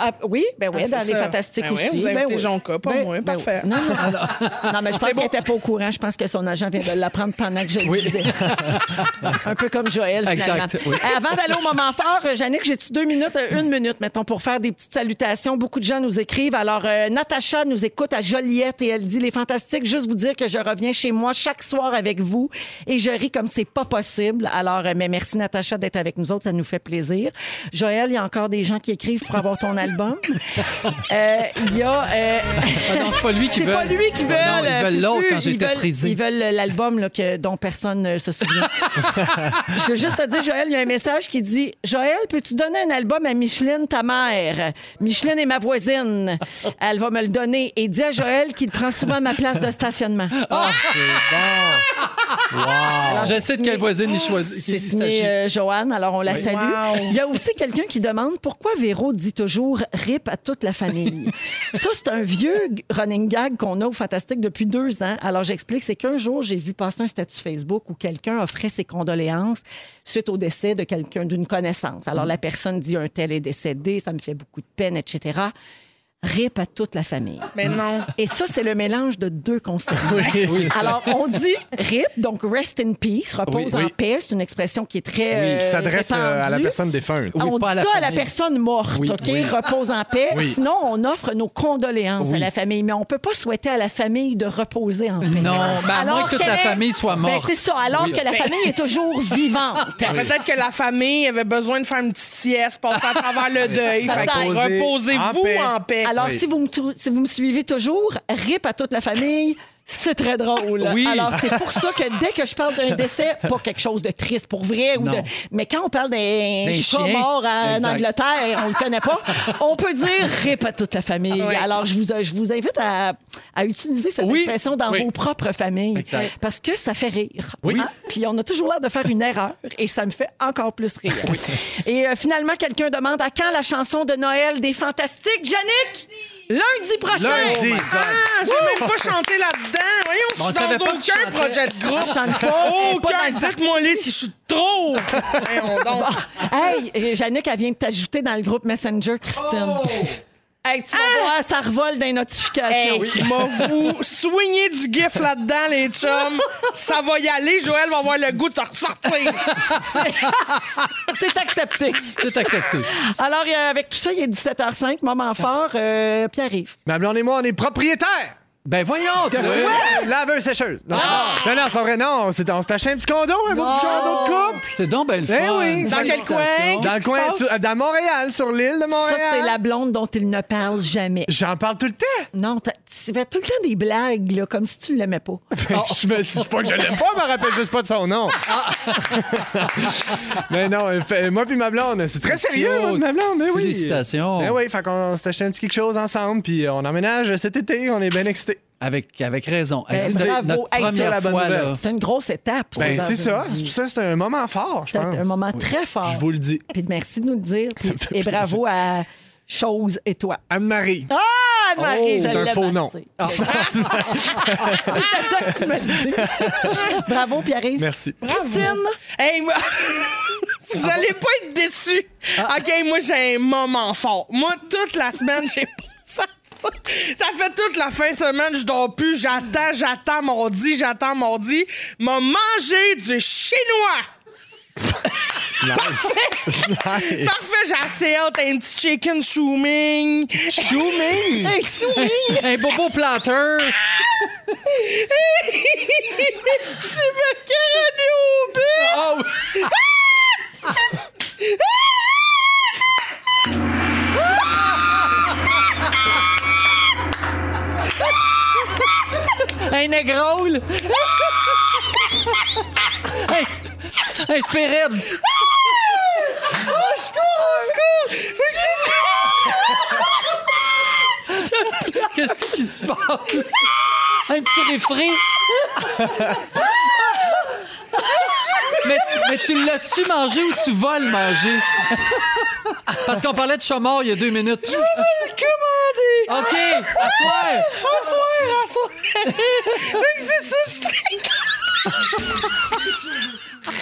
A: Ah, oui, ben oui,
D: Ah, c'est
A: dans les
D: ça.
A: fantastiques
D: Ben oui,
A: aussi.
D: vous
A: ben
D: invitez
A: oui.
D: Jonca, pas moi, parfait.
A: oui. Non, non, non, mais je pense qu'elle n'était pas au courant. Je pense que son agent vient de l'apprendre pendant que je le
C: Oui.
A: disais. Un peu comme Joël, finalement.
C: Exact, oui.
A: Euh, Avant d'aller au moment fort, euh, Yannick, j'ai-tu deux minutes, euh, une minute, mettons, pour faire des petites salutations. Beaucoup de gens nous écrivent. Alors, euh, Natacha nous écoute à Joliette et elle dit, les fantastiques, juste vous dire que je reviens chez moi chaque soir avec vous et je ris comme c'est pas possible. Alors, euh, mais merci Natacha d'être avec nous autres, ça nous fait plaisir. Joël, il y a encore des gens qui écrivent pour avoir ton album. Euh, Il y a... euh,
C: Ah non, c'est pas lui qui
A: C'est
C: veut.
A: pas lui qui veut.
C: Non, ils veulent l'autre quand j'étais frisé.
A: Ils veulent l'album là, que, dont personne ne se souvient. Je veux juste te dire, Joël, il y a un message qui dit Joël, peux-tu donner un album à Micheline, ta mère Micheline est ma voisine. Elle va me le donner. Et dis à Joël qu'il prend souvent ma place de stationnement.
C: Ah, Je sais de quelle voisine il choisit.
A: Ah, C'est
C: qu'il
A: signé
C: s'agit.
A: euh, Joanne, alors on la salue.
D: Wow.
A: Il y a aussi quelqu'un qui demande pourquoi Véro dit toujours rip à toute la famille. Ça, c'est un vieux g- running gag qu'on a au Fantastique depuis deux ans. Alors, j'explique, c'est qu'un jour, j'ai vu passer un statut Facebook où quelqu'un offrait ses condoléances suite au décès de quelqu'un, d'une connaissance.
D: Mm.
A: Alors, la personne dit un tel est décédé, ça me fait beaucoup de peine, etc. Rip à toute la famille.
D: Mais non.
A: Et ça, c'est le mélange de deux concepts. Alors, on dit RIP, donc rest in peace, repose
C: Oui,
A: en
C: oui.
A: paix. C'est une expression qui est très.
B: Oui,
A: euh,
B: qui s'adresse euh, à la
A: répandue.
B: personne défunte.
C: Oui,
A: on dit ça
C: pas à la
A: à la
C: famille.
A: personne morte,
C: Oui,
A: OK?
C: oui.
A: Repose en paix.
B: Oui.
A: Sinon, on offre nos condoléances à
C: Oui.
A: la famille, mais on ne peut pas souhaiter à la famille de reposer en paix.
C: Non, ben, à
A: Alors
C: moins que toute la
A: qu'elle est-
C: famille soit
A: Ben,
C: morte.
A: c'est ça, alors
C: Oui.
A: que la famille est toujours vivante.
D: Peut-être que la famille avait besoin de faire une petite sieste, passer à travers le deuil. Fait que
B: Reposer en paix.
D: reposez-vous en paix. Ah,
A: Alors,
B: Oui.
A: si, vous me trou- si vous me suivez toujours, rip à toute la famille. C'est très drôle.
C: Oui.
A: Alors, c'est pour ça que dès que je parle d'un décès, pas quelque chose de triste pour vrai, ou
C: Non.
A: de- mais quand on parle d'un
C: D'un
A: chat
C: chien.
A: mort en
C: Exact.
A: Angleterre, on le connaît pas, on peut dire rip à toute la famille.
D: Ouais.
A: Alors, je vous, euh, je vous invite à, à utiliser cette
C: Oui.
A: expression dans
B: Oui.
A: vos propres familles. Parce que ça fait rire. Ah.
B: Oui.
A: Puis on a toujours l'air de faire une erreur et ça me fait encore plus rire. Et euh, finalement, quelqu'un demande à quand la chanson de Noël des Fantastiques, Yannick? Lundi prochain!
C: Oh
B: Lundi.
D: Ah, j'ai même pas chanté là-dedans. Voyons, je
C: Bon, on
D: suis
C: savait
D: dans
C: pas que tu
D: aucun
C: chantais.
D: projet de
A: On
D: groupe.
A: chante pas, on est pas
D: Aucun.
A: dans le-
D: Dites-moi les si je suis trop. Voyons donc.
A: Hey, euh, Yannick, elle vient de t'ajouter dans le groupe Messenger, Christine.
B: Oh.
A: Hey, tu vas
B: Hein?
A: voir, ça revole des notifications.
B: Eh
D: Hey, m'a vous soigner du gif là-dedans, les chums. Ça va y aller. Joël va avoir le goût de te ressortir.
A: C'est accepté.
C: C'est accepté.
A: Alors, euh, avec tout ça, il est 17h05, moment fort. Euh, puis arrive.
B: Ma blonde et moi, on est propriétaires.
C: Ben voyons, Chloé.
B: Laveuse sécheuse. Non, c'est
A: Ah!
B: pas- non, non, c'est pas vrai. Non, on s'est on s'est acheté un petit condo, un beau petit condo de couple.
C: C'est donc ben le
B: Eh
C: fun.
B: oui.
D: Dans quel coin?
C: Félicitations.
B: Dans le coin, sur- dans Montréal, sur l'île de
A: Ça,
B: Montréal.
A: c'est la blonde dont il ne parle jamais.
B: J'en parle tout le temps.
A: Non, t'as- tu fais tout le temps des blagues, là, comme si tu ne l'aimais pas.
B: je me suis pas que je l'aime pas, je me rappelle juste pas de son nom.
A: Ah!
B: mais non, euh, fait- moi puis ma blonde, c'est très sérieux, moi, puis ma blonde. eh oui.
C: Félicitations.
B: Eh oui, fait qu'on s'est acheté un petit quelque chose ensemble, puis euh, on emménage cet été, on est bien excités.
C: Avec, avec raison.
A: Ben,
C: Hey, tu sais,
A: bravo.
C: notre
A: Hey, c'est
C: première
A: la
B: bonne
C: fois,
B: nouvelle.
C: là.
A: C'est une grosse étape. ça,
B: Ben,
A: dans
B: c'est
A: une
B: ça.
A: vie.
B: C'est pour ça que c'est un moment fort, je
A: C'est
B: pense.
A: un moment très fort.
B: Je vous le dis.
A: Puis merci de nous le dire. puis-
B: me fait
A: et bravo à Chose et toi.
B: Anne-Marie.
A: Ah, Anne-Marie,
B: Oh,
A: je
B: c'est un
A: l'aime
B: faux
A: assez.
B: nom.
A: Ah. C'est toi que tu me le dis. bravo, Pierre-Yves.
B: Merci.
A: Christine,
D: Hey, moi...
A: Ah
D: Vous allez pas être déçus. OK, moi, j'ai un moment fort. Moi, toute la semaine, j'ai pensé à ça. Ça fait toute la fin de semaine, je dors plus. J'attends, j'attends mardi, j'attends mardi. M'a mangé du chinois. Parfait! Parfait, j'ai assez hâte. Un petit chicken chooming. Chooming?
A: un sourire.
C: Un bobo planteur.
D: tu me carenais au but!
C: Oh, un aigrole. un un spérède. Ah! Oh, Qu'est-ce qui se passe? Un petit réfré. mais, mais tu l'as-tu mangé ou tu vas le manger? Parce qu'on parlait de chat mort il y a deux minutes. Je vais le commander. OK, à soir.
D: À soir, à soir! Fait que c'est ça, je suis très contente.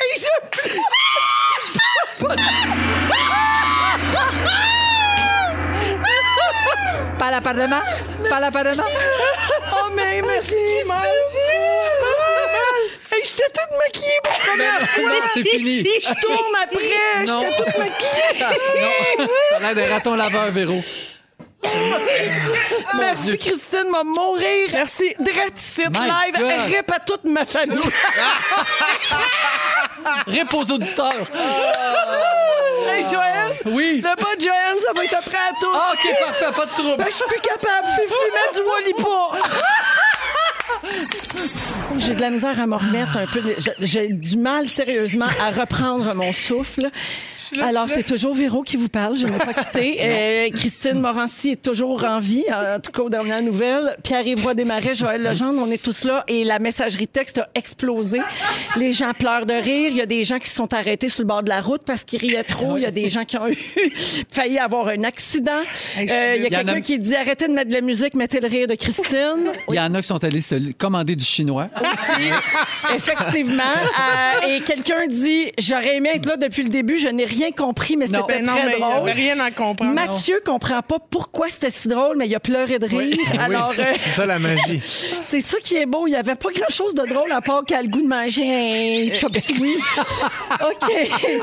D: Hey, je-
I: Pas l'appartement? Pas l'appartement?
A: Oh, mais merci, Mal. Ah. Hey, j'étais toute maquillée pour la première fois.
C: non, c'est fini.
A: Je tourne après.
C: Non.
A: J'étais toute maquillée.
C: non, ça a l'air des ratons laveurs, Véro.
A: Merci,
C: Dieu.
A: Christine, m'a mourir. Merci. Dreticite,
C: My
A: live,
C: God.
A: rip à toute ma famille.
C: Rip aux auditeurs.
A: Euh. hey, Joël.
C: Oui.
A: Le bas de Joël, ça va être prêt à tout.
C: Ah, OK, parfait, pas de trouble.
A: Ben, je suis plus capable. Fifi, mets du Wally J'ai de la misère à me remettre un peu. Je- J'ai du mal, sérieusement, à reprendre mon souffle. Alors, c'est toujours Véro qui vous parle. Je ne l'ai pas quitté. Euh, Christine Morancy est toujours en vie, en tout cas, aux dernières nouvelles. Pierre-Yves Roy Desmarais, Joël Legendre, on est tous là. Et la messagerie texte a explosé. Les gens pleurent de rire. Il y a des gens qui se sont arrêtés sur le bord de la route parce qu'ils riaient trop. Il y a des gens qui ont eu failli avoir un accident. Euh, Il y a
C: Il y en a-
A: quelqu'un qui dit arrêtez de mettre de la musique, mettez le rire de Christine.
C: Il y en a qui sont allés se commander du chinois.
A: Aussi,
D: Ah.
A: effectivement. Euh, et quelqu'un dit J'aurais aimé être là depuis le début, je n'ai rien compris, mais
C: Non.
A: c'était
D: Ben non,
A: très
D: mais il n'y
A: drôle.
D: avait rien à comprendre.
A: Mathieu comprend pas pourquoi c'était si drôle, mais il a pleuré de rire. Alors, euh,
B: C'est ça la magie.
A: c'est ça qui est beau. Il n'y avait pas grand-chose de drôle à part qu'il a le goût de manger un chop suey. OK.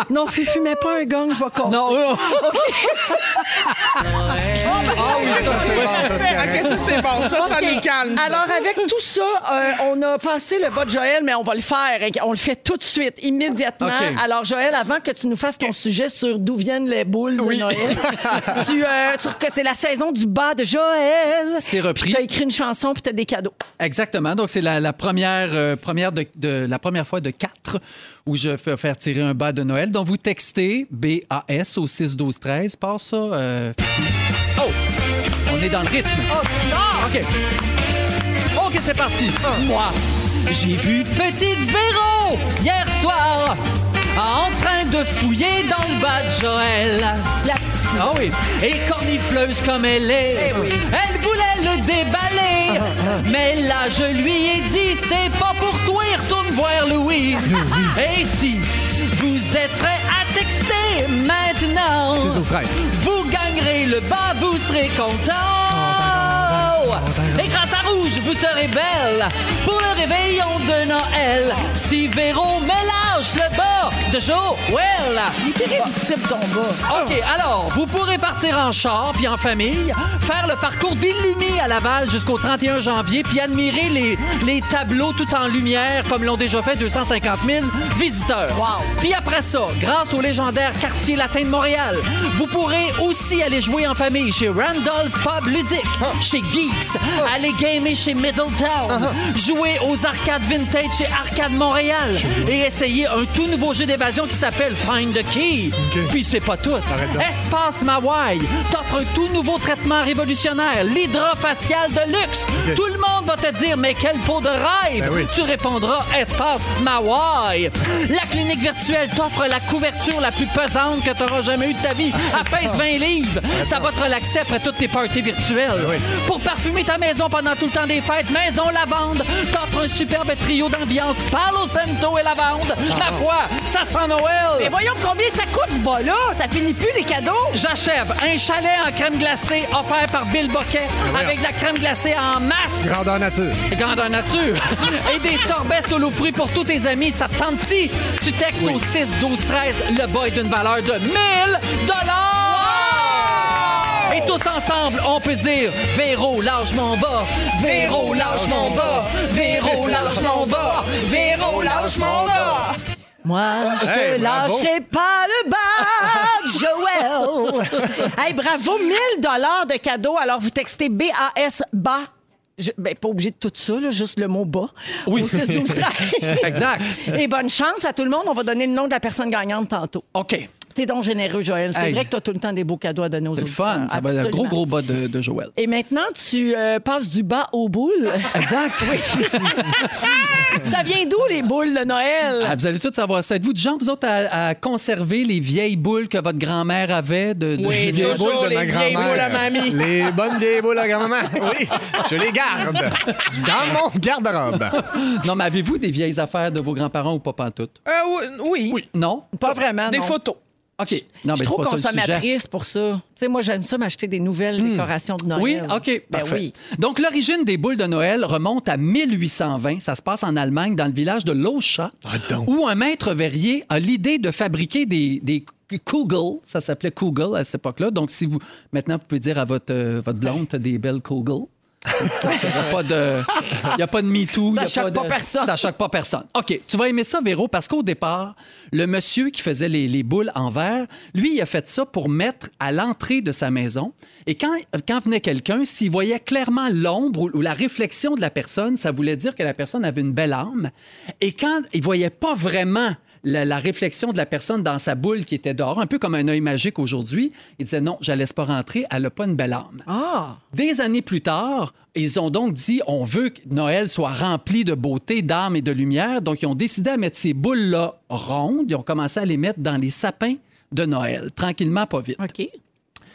A: Non, Fifi, mets pas un gong, je vais compter.
C: Non, eux, Ah oui, ça, c'est vrai.
B: Ça, c'est correct.
D: OK, ça, c'est bon. Ça, ça
A: OK.
D: nous calme. ça.
C: Ah.
A: Alors, avec tout ça, euh, on a passé le bas de Joël, mais on va le faire. On le fait tout de suite, immédiatement.
C: OK.
A: Alors, Joël, avant que tu nous fasses ton sujet sur d'où viennent les boules de Noël, tu, euh, tu rec- c'est la saison du bas de Joël.
C: C'est repris.
A: Tu as écrit une chanson, puis tu as des cadeaux.
C: Exactement. Donc, c'est la, la première, euh, première de, de- la première fois de quatre où je fais faire tirer un bas de Noël. Donc, vous textez BAS au 6 12 13 Passe ça. euh, Oh! On est dans le rythme. OK. OK, c'est parti. Moi, j'ai vu Petite Véro hier soir en train de fouiller dans le bas de Joël.
A: La petite
C: Ah oui, et cornifleuse comme elle est, elle voulait le déballer. Mais là, je lui ai dit, c'est pas pour toi, retourne voir Louis. Et si vous êtes prêt à texter maintenant,
B: C'est au 13.
C: vous gagnerez le bas, vous serez content. Et grâce à Rouge, vous serez belle pour le réveillon de Noël. Si Véro mélange le bas de Joël.
A: irrésistible, ton bas.
C: OK, alors, vous pourrez partir en char puis en famille, faire le parcours d'Illumi à Laval jusqu'au 31 janvier, puis admirer les, les tableaux tout en lumière, comme l'ont déjà fait 250 000 visiteurs.
A: Wow.
C: Puis après ça, grâce au légendaire quartier latin de Montréal, vous pourrez aussi aller jouer en famille chez Randolph Pub Ludique, chez Geeks, aller gamer chez Middletown, jouer aux arcades vintage chez Arcade Montréal et essayer un tout nouveau jeu d'évasion qui s'appelle Find the Key. Puis c'est pas tout. Espace Mawai t'offre un tout nouveau traitement révolutionnaire, l'hydrofacial de luxe. Tout le monde va te dire, mais quelle peau de rêve!
B: Ben oui.
C: Tu répondras Espace Mawai. La clinique virtuelle t'offre la couverture la plus pesante que tu auras jamais eue de ta vie.
B: Ah,
C: À pèse 20 livres. Ça va te relaxer après toutes tes parties
B: Ben
C: virtuelles. Pour parfumer ta maison pendant tout le temps des fêtes, Maison Lavande t'offre un superbe trio d'ambiance Palo Santo et Lavande.
B: Ah,
C: Ma foi, ça sent Noël.
A: Mais voyons combien ça coûte, ce bas-là. Ça finit plus, les cadeaux.
C: J'achève un chalet en crème glacée offert par Bill Boquet avec de la crème glacée en masse.
B: Grandeur nature.
C: Grandeur nature. Et des sorbets solo fruits pour tous tes amis. Ça te tente si tu textes au 6 12 13 le boy d'une valeur de 1000 dollars. Et tous ensemble, on peut dire Véro, lâche mon bas. Véro, lâche mon bas. Véro, lâche mon bas. Véro, lâche mon bas.
A: Moi, je te
B: Hey, bravo.
A: lâcherai pas le bas, Joël. hey, bravo, 1000 dollars de cadeau. Alors, vous textez BAS bas. Je, ben, pas obligé de tout ça, là, juste le mot bas.
C: Oui.
A: Au 6 12 13.
C: Exact.
A: Et bonne chance à tout le monde. On va donner le nom de la personne gagnante tantôt.
C: OK.
A: T'es donc généreux, Joël. C'est
C: Hey.
A: vrai que t'as tout le temps des beaux cadeaux à donner aux
C: C'est le
A: autres.
C: fun. Ça va être un gros, gros bas de, de Joël.
A: Et maintenant, tu euh, passes du bas aux boules.
C: Exact.
A: Ça vient d'où, les boules de Noël?
C: Ah, vous allez tout savoir ça. Êtes-vous de gens, vous autres, à, à conserver les vieilles boules que votre grand-mère avait? De, de-
D: Oui,
C: de-
B: Les
D: Toujours
B: boules de
D: les
B: ma
D: vieilles boules à
B: grand-mère.
D: mamie.
B: Les bonnes vieilles boules à grand-maman. Oui, je les garde dans mon garde-robe.
C: Non, mais avez-vous des vieilles affaires de vos grands-parents ou pas pantoute?
D: Euh, oui.
C: Non?
A: Pas vraiment,
D: Des
A: non.
D: photos.
C: OK.
A: je
C: Non, mais
A: suis
C: c'est
A: trop
C: pas ça le sujet. Hmm.
A: consommatrice pour ça. Tu sais, moi, j'aime ça m'acheter des nouvelles décorations de Noël.
C: Oui, OK,
A: Ben
C: parfait.
A: oui.
C: Donc, l'origine des boules de Noël remonte à 1820. Ça se passe en Allemagne, dans le village de Locha,
A: Ah,
C: où un maître verrier a l'idée de fabriquer des, des Kugel. Ça s'appelait Kugel à cette époque-là. Donc, si vous maintenant, vous pouvez dire à votre, euh, votre blonde, t'as des belles Kugel. Il n'y a pas de, il y a pas de MeToo.
A: Ça
C: il y a
A: choque
C: de-
A: pas personne.
C: Ça choque pas personne. OK, tu vas aimer ça, Véro, parce qu'au départ, le monsieur qui faisait les, les boules en verre, lui, il a fait ça pour mettre à l'entrée de sa maison. Et quand, quand venait quelqu'un, s'il voyait clairement l'ombre ou, ou la réflexion de la personne, ça voulait dire que la personne avait une belle âme. Et quand il voyait pas vraiment la, la réflexion de la personne dans sa boule qui était dehors, un peu comme un œil magique aujourd'hui. Il disait non, je la laisse pas rentrer, elle n'a pas une belle âme.
A: Ah!
C: Des années plus tard, ils ont donc dit on veut que Noël soit rempli de beauté, d'âme et de lumière. Donc, ils ont décidé à mettre ces boules-là rondes. Ils ont commencé à les mettre dans les sapins de Noël, tranquillement, pas vite.
A: OK.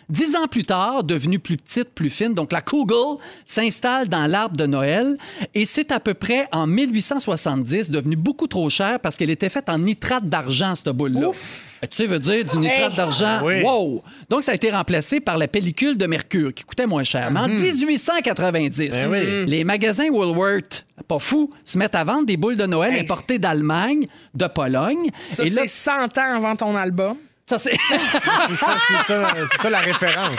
C: Dix ans plus tard, devenue plus petite, plus fine, donc la Kugel s'installe dans l'arbre de Noël et c'est à peu près en 1870 devenue beaucoup trop chère parce qu'elle était faite en nitrate d'argent, cette boule-là. Tu sais, veut dire du nitrate
D: Hey!
C: d'argent.
B: Ah Oui.
C: Wow! Donc, ça a été remplacé par la pellicule de mercure qui coûtait moins cher. Mais en 1890,
B: Mhm. Ben oui.
C: les magasins Woolworth, pas fou, se mettent à vendre des boules de Noël
D: Hey.
C: importées d'Allemagne, de Pologne.
D: Ça,
C: et là,
D: c'est 100 ans avant ton album.
C: ça, c'est.
B: C'est ça, c'est ça, c'est ça la référence.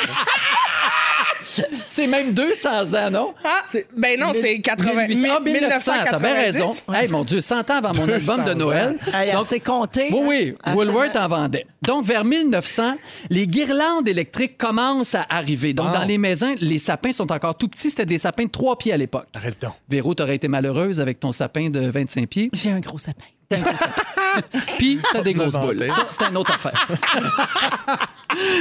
C: C'est même 200 ans, non?
D: Ah,
C: C'est-
D: ben non, c'est 80
C: Ah, 1900, Ah, ben t'as bien
D: 1990.
C: raison. Hey, mon Dieu, 100 ans avant mon album de
B: 200
C: Noël.
A: Hey,
C: Donc,
A: Ah, c'est compté.
C: oui, oui,
A: Ah,
C: Woolworth
A: ça-
C: en vendait. Donc, vers 1900, les guirlandes électriques commencent à arriver. Donc,
B: Wow.
C: dans les maisons, les sapins sont encore tout petits. C'était des sapins de 3 pieds à l'époque.
B: Arrête donc.
C: Véro, t'aurais été malheureuse avec ton sapin de 25 pieds.
A: J'ai un gros sapin.
C: Puis, t'as des
B: Pas
C: grosses
B: inventé.
C: boules. Ça, c'est une autre affaire.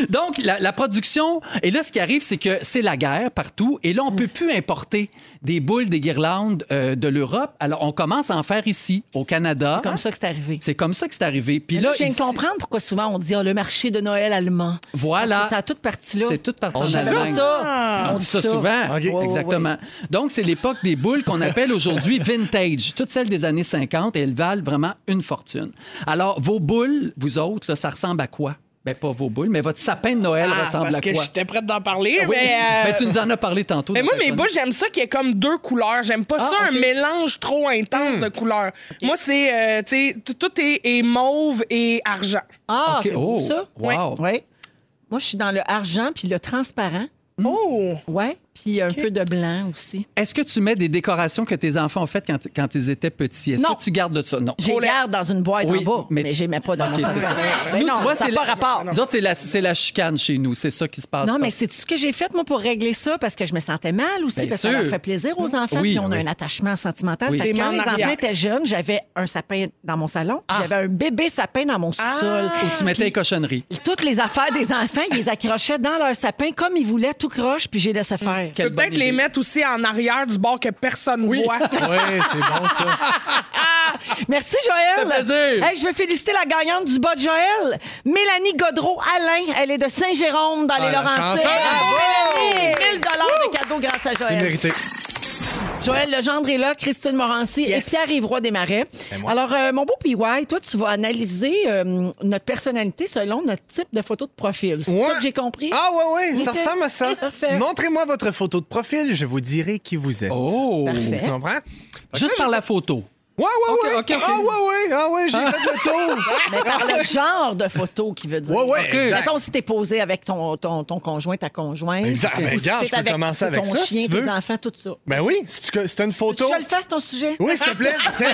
C: Donc, la, la production, et là, ce qui arrive, c'est que c'est la guerre partout, et là, on peut plus importer des boules, des guirlandes euh, de l'Europe. Alors, on commence à en faire ici, au Canada.
A: Comme ça que c'est arrivé.
C: C'est comme ça que c'est arrivé. Puis
A: Mais
C: là,
A: là, je viens de
C: ici-
A: comprendre pourquoi souvent on dit Ah, le marché de Noël allemand.
C: Voilà.
A: Parce que Ça a toute partie là.
C: C'est toute partie en
A: Je savais pas
C: Allemagne.
A: Ah, ça.
C: On dit ça souvent.
B: OK. Ouais,
C: Exactement. Donc, c'est l'époque des boules qu'on appelle aujourd'hui vintage. Toutes celles des années 50 et elles valent vraiment une fortune. Alors, vos boules, vous autres, là, ça ressemble à quoi? Ben, pas vos boules, mais votre sapin de Noël
D: Ah,
C: ressemble
D: parce
C: à
D: que
C: quoi?
D: j'étais prête d'en parler,
C: Oui.
D: mais... euh,
C: Ben, tu nous en as parlé tantôt.
D: Mais
C: dans
D: moi,
C: ta
D: mes
C: chronique.
D: bouches, j'aime ça qu'il y ait comme deux couleurs. J'aime pas
C: Ah,
D: ça, un mélange trop intense
C: Hmm.
D: de couleurs. Moi, c'est, euh, tu sais, tout- tout est, est mauve et argent.
A: Ah,
C: OK.
A: c'est beau,
C: Oh,
A: ça.
C: wow.
A: Oui. Moi, je suis dans le argent puis le transparent.
C: Hmm.
D: Oh!
A: Ouais. Puis un peu de blanc aussi.
C: Est-ce que tu mets des décorations que tes enfants ont faites quand, quand ils étaient petits? Est-ce
A: Non.
C: que tu gardes de ça? Non.
A: J'ai
D: Paulette.
A: garde dans une boîte
C: Oui,
A: en bas,
C: mais-
A: mais, j'ai même pas dans
C: OK,
A: mon
C: c'est ça.
A: sac. Ben
C: Nous,
A: Ah, non,
C: tu vois,
A: ça
C: c'est
A: n'a pas
C: la...
A: rapport.
C: Nous autres, c'est la, c'est la chicane chez nous. Ah, C'est ça qui se passe.
A: Non, mais
C: Parce-
A: c'est ce que j'ai fait, moi, pour régler ça, parce que je me sentais mal aussi,
C: Bien
A: parce que
C: sûr.
A: ça leur fait plaisir aux enfants,
C: Oui,
A: puis on a
C: oui.
A: un attachement sentimental.
C: Oui.
A: Fait que
D: T'es
A: quand
D: mis en
A: les
D: arrière.
A: enfants étaient jeunes, j'avais un sapin dans mon salon,
C: Ah.
A: puis j'avais un bébé sapin dans mon sous-sol.
C: Où tu mettais les cochonneries.
A: Toutes les affaires des enfants, ils les accrochaient dans leur sapin comme ils voulaient, tout croche, puis j'ai laissé faire.
C: Quelle bonne
D: Peut-être les
C: idée.
D: mettre aussi en arrière du bord que personne voit.
B: Oui, c'est bon ça.
A: Merci,
C: Ça
A: Joël.
C: fait plaisir.
A: Hey, je veux féliciter la gagnante du bas de Joël, Mélanie Godreau-Alain. Elle est de Saint-Jérôme,
C: Ah,
A: dans les
B: la
A: Laurentides.
B: chanceuse.
A: Bravo, Mélanie! 1000 de cadeaux grâce à
B: C'est
A: Joël.
B: mérité.
A: Joël Legendre est là, Christine Morancy
D: Yes.
A: et Pierre-Yves Roy Desmarais. Alors, euh, mon beau PY, toi, tu vas analyser euh, notre personnalité selon notre type de photo de profil. C'est
B: Ouais.
A: ça que j'ai compris?
B: Ah ouais, ouais, ça
A: Ok.
B: ressemble à ça.
A: Parfait.
B: Montrez-moi votre photo de profil, je vous dirai qui vous êtes.
C: Oh!
B: Tu
A: Parfait.
B: comprends?
C: Juste par la photo.
B: Ouais, ouais,
C: Ok,
B: ouais.
C: ok, ok.
B: Ah ouais, ouais, ah ouais, j'ai fait le tour.
A: Mais par le genre de photo qui veut dire.
B: Ouais, ouais,
A: Ok.
B: exact.
A: Mettons, si t'es posé avec ton, ton, ton conjoint, ta conjointe.
B: Exact.
A: Ou
B: Ben,
A: si
B: regarde,
A: t'es
B: je peux commencer
A: si
B: avec
A: ton
B: ça, si
A: chien,
B: tu
A: tes
B: veux.
A: enfants, tout ça.
B: Ben oui, c'est c'est une
A: Tu
B: photo.
A: veux que Je le fasse, ton sujet.
B: Oui, s'il te plaît. Tiens,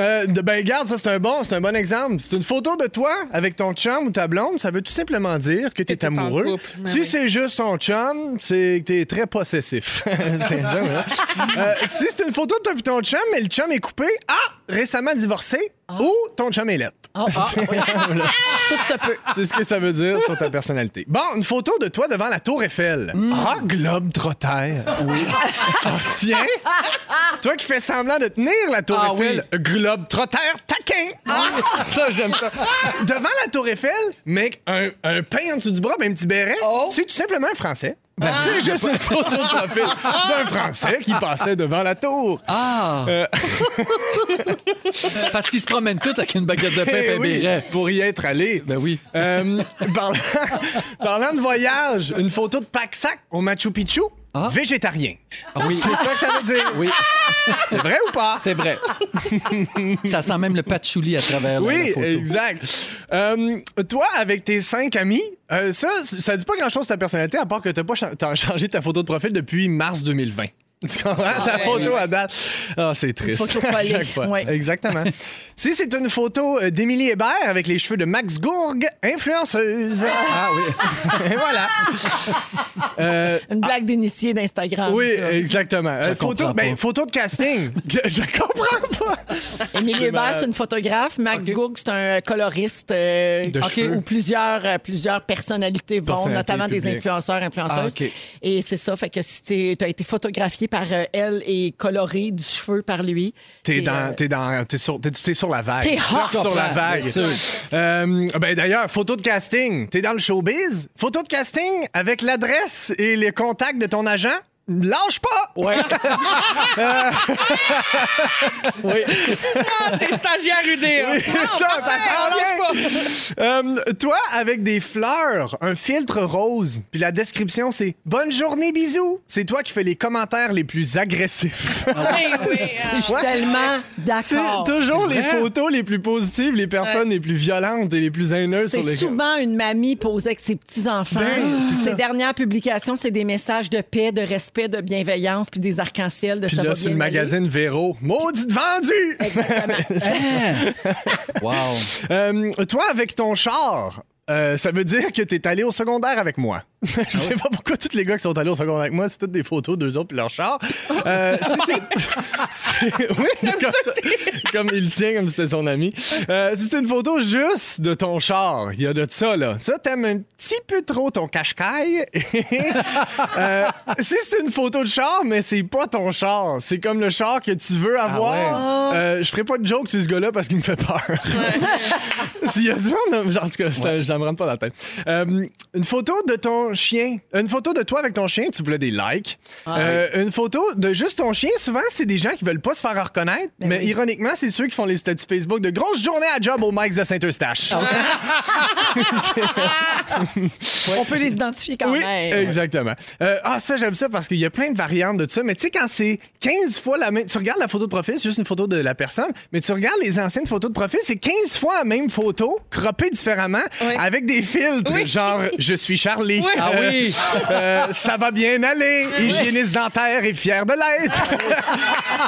B: Euh, de- ben garde, ça c'est un bon, c'est un bon exemple. C'est une photo de toi avec ton chum ou ta blonde, ça veut tout simplement dire que t'es
D: t'es en
B: amoureux.
D: couple. Mais
B: si
D: oui.
B: c'est juste ton chum, c'est que t'es très possessif. c'est ça, voilà. Euh, si c'est une photo de toi et ton chum, mais le chum est coupé, ah, récemment divorcé, ou ton chum est lettre.
A: Oh, ah, oui. tout se peut.
B: C'est ce que ça veut dire sur ta personnalité. Bon, une photo de toi devant la Tour Eiffel. Ah, globe trotter. Oui. Ah, tiens. Toi qui fais semblant de tenir la Tour
C: Ah,
B: Eiffel. Globe trotter taquin. Ah, ça, j'aime ça. Oh. Devant la Tour Eiffel, mec, un, un pain en dessous du bras, ben, un petit béret. C'est tout simplement un Français. Ben, c'est juste une photo de profil d'un Français qui passait devant la tour.
C: Ah!
B: Euh,
C: Parce qu'ils se promènent tous avec une baguette de pain et
B: eh
C: un
B: oui,
C: béret.
B: pour y être allé.
C: Ben oui.
B: Euh, parlant, parlant de voyage, une photo de Paxac au Machu Picchu, végétarien.
C: Ah. oui.
B: C'est ça que ça veut dire.
C: Oui,
B: C'est vrai ou pas?
C: c'est vrai. ça sent même le patchouli à travers la- la,
B: Oui,
C: photo.
B: exact. Euh, toi, avec tes cinq amis, euh, ça, ça dit pas grand-chose de ta personnalité, à part que t'as pas cha- t'as changé ta photo de profil depuis mars 2020. Tu comprends? ta photo à date. Ah, c'est triste.
A: photo
B: à
A: collée,
B: chaque fois.
A: ouais.
B: Exactement. si c'est une photo euh, d'Émilie Hébert avec les cheveux de Max Gourgue, influenceuse. Ah oui. Et voilà. Euh,
A: Une blague d'initié d'Instagram.
B: oui,
A: ça.
B: exactement. Euh, photo,
C: comprends
B: ben,
C: pas.
B: photo de casting. je, je comprends pas.
A: Émilie Hébert, c'est une photographe. Max Gourg, c'est un coloriste euh,
B: De
A: ok,
B: cheveux.
A: où plusieurs, euh, plusieurs personnalités vont,
B: Personnalités
A: notamment des
B: publiques.
A: influenceurs, influenceuses.
C: Ah, ok.
A: Et c'est ça, fait que si tu as été photographié par euh, elle et coloré du cheveu par lui. et,
B: T'es
A: euh,
B: dans, t'es dans, t'es sur, t'es, t'es sur la vague.
A: T'es
B: Surfe
A: hot.
B: sur la vague.
C: Bien sûr.
B: Euh, ben d'ailleurs, photo de casting. T'es dans le showbiz. Photo de casting avec l'adresse et les contacts de ton agent. Lâche pas.
C: Ouais. oui.
D: Ah, t'es stagiaire UD. hein.
B: C'est
D: Ah,
B: ça, ça
D: on
B: prend
D: lâche pas.
B: bien. Euh, toi, avec des fleurs, un filtre rose, puis la description, c'est « Bonne journée, bisous ». C'est toi qui fais les commentaires les plus agressifs.
D: Ben oui, hein.
A: ah,
B: Ouais.
A: Tellement
B: C'est
A: d'accord.
B: toujours les
C: vrai.
B: photos les plus positives, les personnes les plus violentes et les plus haineuses sur
A: C'est
B: les
A: souvent une mamie posée avec ses petits-enfants. Ah.
B: Ben, c'est ça.
A: Ses dernières publications, c'est des messages de paix, de respect, de bienveillance, puis des arcs-en-ciel de
B: Puis
A: ça
B: là,
A: va
B: sur le
A: bien aller.
B: magazine Véro, maudite vendue!
C: Wow.
B: Euh, toi, avec ton char, euh, ça veut dire que t'es allé au secondaire avec moi. Je sais pas pourquoi tous les gars qui sont allés au secondaire avec moi, c'est toutes des photos d'eux autres puis leur char. Euh, si c'est- c'est- oui, comme, ça, comme il tient, comme si c'était son ami. Euh, si c'est une photo juste de ton char, il y a de ça, là. Ça, t'aimes un petit peu trop ton cache-caille. Euh, si c'est une photo de char, mais c'est pas ton char, c'est comme le char que tu veux avoir, euh, je ferai pas de joke sur ce gars-là parce qu'il me fait peur. S'il y a du monde, en tout cas, ça, ça me rentre pas dans la tête. Euh, une photo de ton chien. Une photo de toi avec ton chien, tu voulais des likes. Euh, Une photo de juste ton chien, souvent, c'est des gens qui veulent pas se faire reconnaître. mais ironiquement, c'est ceux qui font les statuts Facebook de grosse journée à job au Mike's de Saint-Eustache.
A: On peut les identifier quand
B: oui,
A: même.
B: exactement. Euh, ah, ça, j'aime ça parce qu'il y a plein de variantes de ça. Mais tu sais, quand c'est 15 fois la même. Tu regardes la photo de profil, c'est juste une photo de la personne, mais tu regardes les anciennes photos de profil, c'est 15 fois la même photo, croppée différemment, avec des filtres. Genre, je suis Charlie.
C: Ah
B: Euh,
C: oui.
B: euh, ça va bien aller. Hygiéniste dentaire et fier de l'être.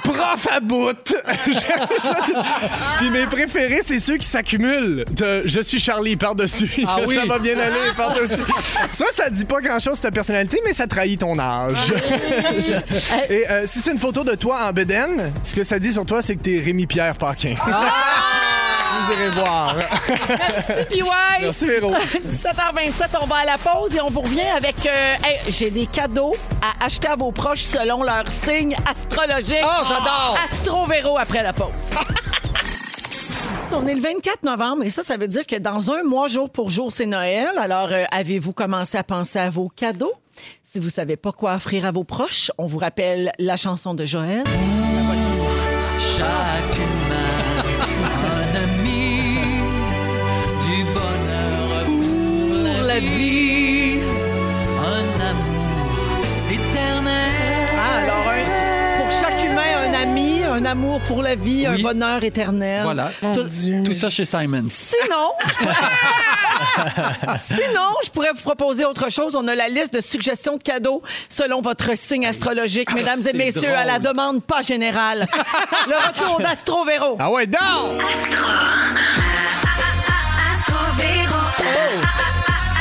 B: Prof à bout. J'aime ça. Puis mes préférés, c'est ceux qui s'accumulent. De Je suis Charlie par-dessus.
C: Ah
B: Je-
C: oui.
B: Ça va bien aller par-dessus. Ça, ça dit pas grand-chose sur ta personnalité, mais ça trahit ton âge. et euh, si c'est une photo de toi en bedaine, ce que ça dit sur toi, c'est que t'es Rémi-Pierre Paquin. Vous irez voir.
A: Merci, PY.
B: Merci, Véro.
A: 17h27, on va à la pause et on vous revient avec. euh, hey, J'ai des cadeaux à acheter à vos proches selon leur signe astrologique.
C: Oh, j'adore!
A: Astro Véro après la pause. On est le 24 novembre et ça, ça veut dire que dans un mois, jour pour jour, c'est Noël. Alors, euh, avez-vous commencé à penser à vos cadeaux? Si vous savez pas quoi offrir à vos proches, on vous rappelle la chanson de Joël.
E: Chacune un ami du bonheur pour la vie, un amour éternel.
A: Ah, alors, un- pour chaque humain, un ami, un amour pour la vie, un
C: Oui.
A: bonheur éternel.
C: Voilà. Tout,
A: euh,
C: tout ça chez Simons.
A: Sinon, je pourrais- sinon, je pourrais vous proposer autre chose. On a la liste de suggestions de cadeaux selon votre signe astrologique, mesdames et
C: c'est
A: messieurs,
C: drôle.
A: à la demande pas générale. Le retour d'Astro Véro.
B: Ah ouais, donc!
H: Astro. Astro-Véro.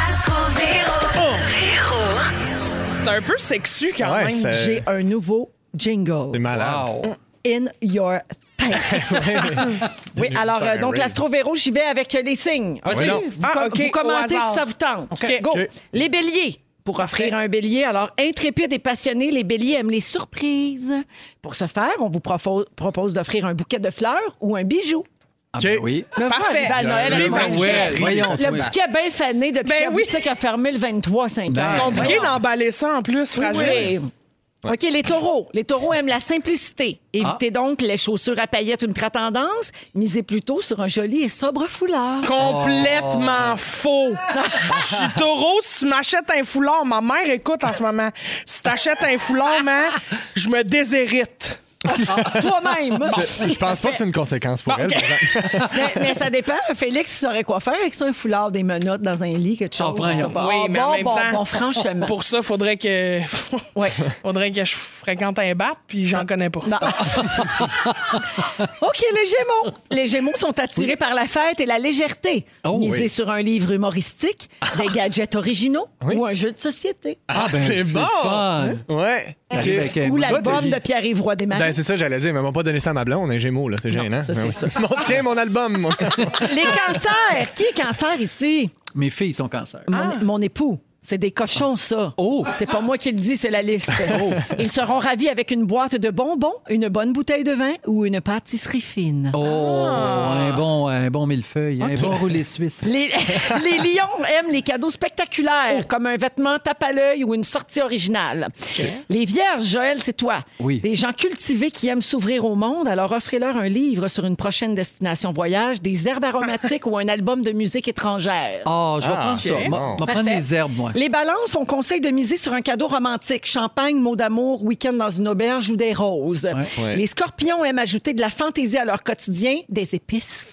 H: Astro-Véro. Véro.
D: C'est un peu sexu quand
B: Ouais,
D: même.
B: ça-
A: J'ai un nouveau jingle.
B: C'est malade.
A: In your face. oui, alors, euh, donc,
B: Sorry.
A: l'Astro Véro, j'y vais avec euh, les signes. OK?
C: Vas-y.
A: Vous,
D: Ah,
A: com-
D: OK,
A: vous commentez
D: au hasard.
A: si ça vous tente.
D: OK.
A: Go.
B: OK.
A: Les béliers. Pour offrir un bélier, alors intrépide et passionné, les béliers aiment les surprises. Pour ce faire, on vous propose, propose d'offrir un bouquet de fleurs ou un bijou.
C: Ah ben oui.
D: Parfait.
A: À Noël,
C: Le
A: elle est
C: Noël,
A: fâchée.
C: voyons,
A: Le
C: oui.
A: bouquet bien fané depuis
D: Ben
A: que la
D: oui.
A: boutique a fermé le 23 5
C: Ben,
D: C'est compliqué d'emballer ça en plus, fragile.
A: Oui. OK, les taureaux. Les taureaux aiment la simplicité.
D: Ah.
A: Évitez donc les chaussures à paillettes, une prétendance. Misez plutôt sur un joli et sobre foulard.
B: Oh.
D: Complètement faux. Je suis taureau. Si tu m'achètes un foulard, ma mère écoute en ce moment. Si t'achètes un foulard, man, je me déshérite.
A: Toi-même.
B: Je pense pas que c'est une conséquence pour elle.
A: mais, mais ça dépend. Félix, il saurait quoi faire avec ça, un foulard, des menottes dans un lit, quelque chose.
C: voyons.
A: Je sais pas.
D: Oui,
A: Ah,
D: mais en
A: bon,
D: même
A: bon,
D: temps,
A: bon, franchement.
D: Pour ça, faudrait que
A: Ouais.
D: faudrait que je fréquente un bat, puis j'en connais pas.
A: Non. OK, les Gémeaux. Les Gémeaux sont attirés par la fête et la légèreté.
C: Oh,
A: Misez
C: oui.
A: sur un livre humoristique, des gadgets originaux ou un jeu de société.
B: Ah, ben, c'est bon!
C: fun.
B: Ouais.
C: J'arrive
B: Ok.
C: avec un-
A: Ou
C: Toi,
B: t'as
A: l'album
B: dit-
A: de Pierre-Yves Roy des
B: Ben, c'est ça, j'allais dire. Mais ils m'ont pas donné ça à ma blonde, un gémeaux, là. C'est
A: Non,
B: gênant.
A: ça, c'est
B: Ouais, ouais.
A: sûr.
B: Mon- Tiens, mon album. mon-
A: Les cancers. Qui est cancer ici?
C: Mes filles sont cancer.
A: Mon, mon époux. C'est des cochons, ça.
C: Ah. Oh.
A: C'est pas moi qui le dis, c'est la liste. Ils seront ravis avec une boîte de bonbons, une bonne bouteille de vin ou une pâtisserie fine.
C: Oh, un bon, un bon millefeuille, un bon roulé suisse.
A: Les, les lions aiment les cadeaux
C: Oh.
A: spectaculaires, comme un vêtement tape à l'œil ou une sortie originale. Les vierges, Joël, c'est toi.
C: Oui.
A: Des gens cultivés qui aiment s'ouvrir au monde, alors offrez-leur un livre sur une prochaine destination voyage, des herbes aromatiques ou un album de musique étrangère.
C: Ah, je vais prendre ça.
B: ok.
C: Je
B: Bon.
C: vais prendre
A: Parfait.
C: les herbes, moi.
A: Les balances, on conseille de miser sur un cadeau romantique. Champagne, mots d'amour, week-end dans une auberge ou des roses.
B: Ouais.
A: Les scorpions aiment ajouter de la fantaisie à leur quotidien, des épices.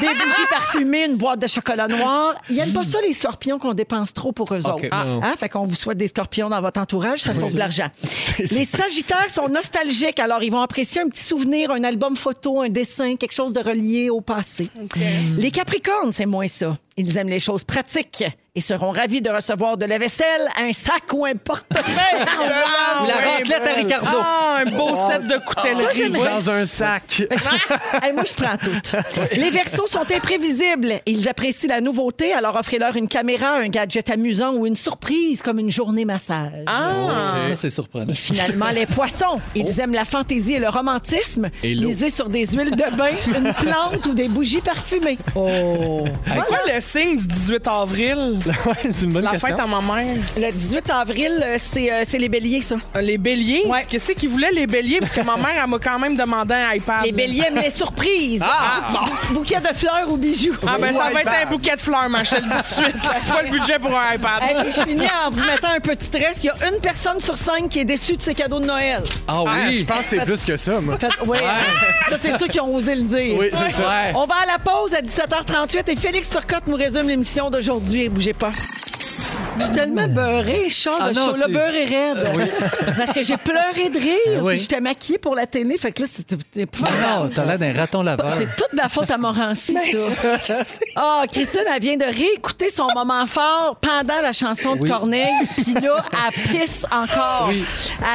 A: des bougies parfumées, une boîte de chocolat noir. Ah! Ils n'aiment pas ça, les scorpions, qu'on dépense trop pour eux autres. Hein? Fait qu'on vous souhaite des scorpions dans votre entourage, ça sauve de l'argent. les sagittaires sont nostalgiques, alors ils vont apprécier un petit souvenir, un album photo, un dessin, quelque chose de relié au passé. Mm. Les capricornes, c'est moins ça. Ils aiment les choses pratiques et seront ravis de recevoir de la vaisselle, un sac ou un portefeuille.
D: Ah,
C: La
D: ouais,
C: raclette à
D: belle.
C: Ricardo.
D: Ah, un
B: Oh.
D: beau set de coutellerie.
B: Dans un sac.
A: Hey, moi, je prends toutes. Les versos sont imprévisibles. Ils apprécient la nouveauté, alors offrez-leur une caméra, un gadget amusant ou une surprise comme une journée massage.
D: Ah!
A: Ah.
C: Ça, c'est surprenant.
A: Et finalement, les poissons. Ils
D: Oh!
A: aiment la fantaisie et le romantisme.
B: l'eau.
A: Misez sur des huiles de bain, une plante ou des bougies parfumées.
C: Oh.
D: C'est quoi le signe du 18 avril?
B: Ouais, c'est une
D: C'est
B: bonne
D: la
B: question.
D: fête à ma mère.
A: Le 18 avril, euh, c'est euh, c'est les béliers, ça.
D: Les béliers?
A: Ouais.
D: Qu'est-ce qu'ils voulaient, les béliers? Parce que ma mère, elle m'a quand même demandé un iPad.
A: Les béliers aiment les surprises. Bou- Bouquet de fleurs ou bijoux.
D: Ah, ben ça va être
B: iPad.
D: un bouquet de fleurs, man. Je te le dis tout de suite. pas le budget pour un iPad.
A: Hey, puis je finis en vous mettant un petit stress. Il y a une personne sur cinq qui est déçue de ses cadeaux de Noël.
C: Ah
B: Ah,
C: oui.
B: je pense que c'est plus que ça, moi.
A: Fait- oui, hein. Ça, c'est ceux qui ont osé le dire.
B: Oui, c'est ça.
C: Ouais.
A: On va à la pause à 17h38 et Félix Turcotte nous résume l'émission d'aujourd'hui. Bougez pas. Je suis tellement beurrée, je sors
C: Ah
A: de
C: non,
A: show-là,
C: c'est-
A: beurre et raide. Parce que j'ai pleuré de rire, puis j'étais maquillée pour la télé. Fait que là, c'était c'était
C: Non,
A: épouvantable.
C: t'as l'air d'un raton laveur.
A: C'est toute de la faute à Morancy, ça. Ah, Christine, elle vient de réécouter son moment fort pendant la chanson de
C: Oui.
A: Corneille, puis là, elle pisse encore.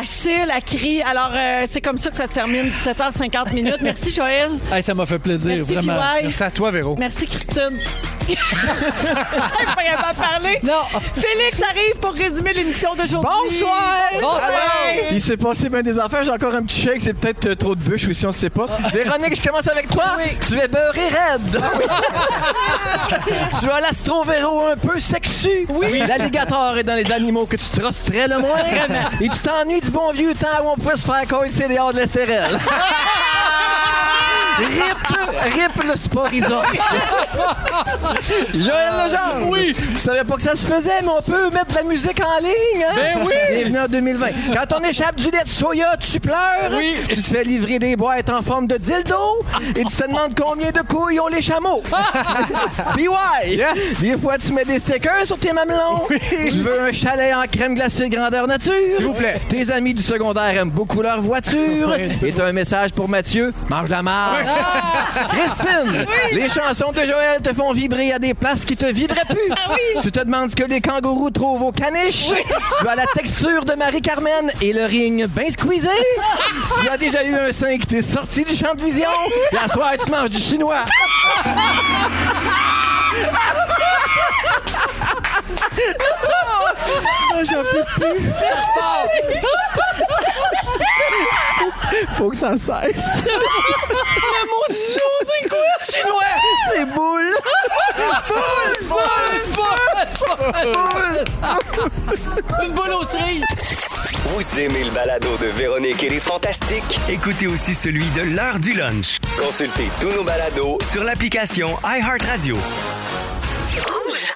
A: Elle cille, elle crie. Alors, euh, c'est comme ça que ça se termine, 17h50 minutes. Merci, Joël.
C: Hey, ça m'a fait plaisir,
A: Merci,
C: vraiment.
A: PY.
B: Merci à toi, Véro.
A: Merci, Christine. Je pourrais pas parler.
C: Non.
A: Félix arrive pour résumer l'émission d'aujourd'hui.
I: Bonsoir!
C: Bonsoir.
I: Il s'est passé bien des affaires. J'ai encore un petit chèque. C'est peut-être euh, trop de bûches aussi, on sait pas. Véronique, je commence avec toi. Tu es beurré raide. tu as l'astro-véro un peu sexu. Oui. L'alligator est dans les animaux que tu trusterais le moins. Et tu t'ennuies du bon vieux temps où on pouvait se faire coïncider dehors de l'estérel. Rip, rip le sporison. Joël Legendre. Oui. Je savais pas que ça se faisait, mais on peut mettre de la musique en ligne. Hein?
C: Ben oui.
I: Bienvenue en 2020. Quand on échappe du lait de soya, tu pleures.
C: Oui.
I: Tu te fais livrer des boîtes en forme de dildo et tu te demandes combien de couilles ont les chameaux. PY. Des fois, tu mets des stickers sur tes mamelons. Tu veux un chalet en crème glacée grandeur nature.
B: S'il vous plaît.
I: Tes amis du secondaire aiment beaucoup leur voiture. Et t'as un message pour Mathieu. Mange la marde. Ah! Christine, les chansons de Joël te font vibrer à des places qui te vibraient plus. Tu te demandes ce que les kangourous trouvent aux caniches. Tu as la texture de Marie-Carmen et le ring bien squeezé. tu as déjà eu un sein qui t'est sorti du champ de vision. Et à soir, tu manges du chinois. Faut que ça cesse.
A: Le mot du jour, c'est quoi? Chinois!
I: C'est boule!
A: Boule! Boule! Boule!
J: Boule!
A: Une boule aux cerises!
G: Vous aimez le balado de Véronique et les Fantastiques?
J: Écoutez aussi celui de l'heure du lunch.
G: Consultez tous nos balados sur l'application iHeartRadio.
J: Rouge.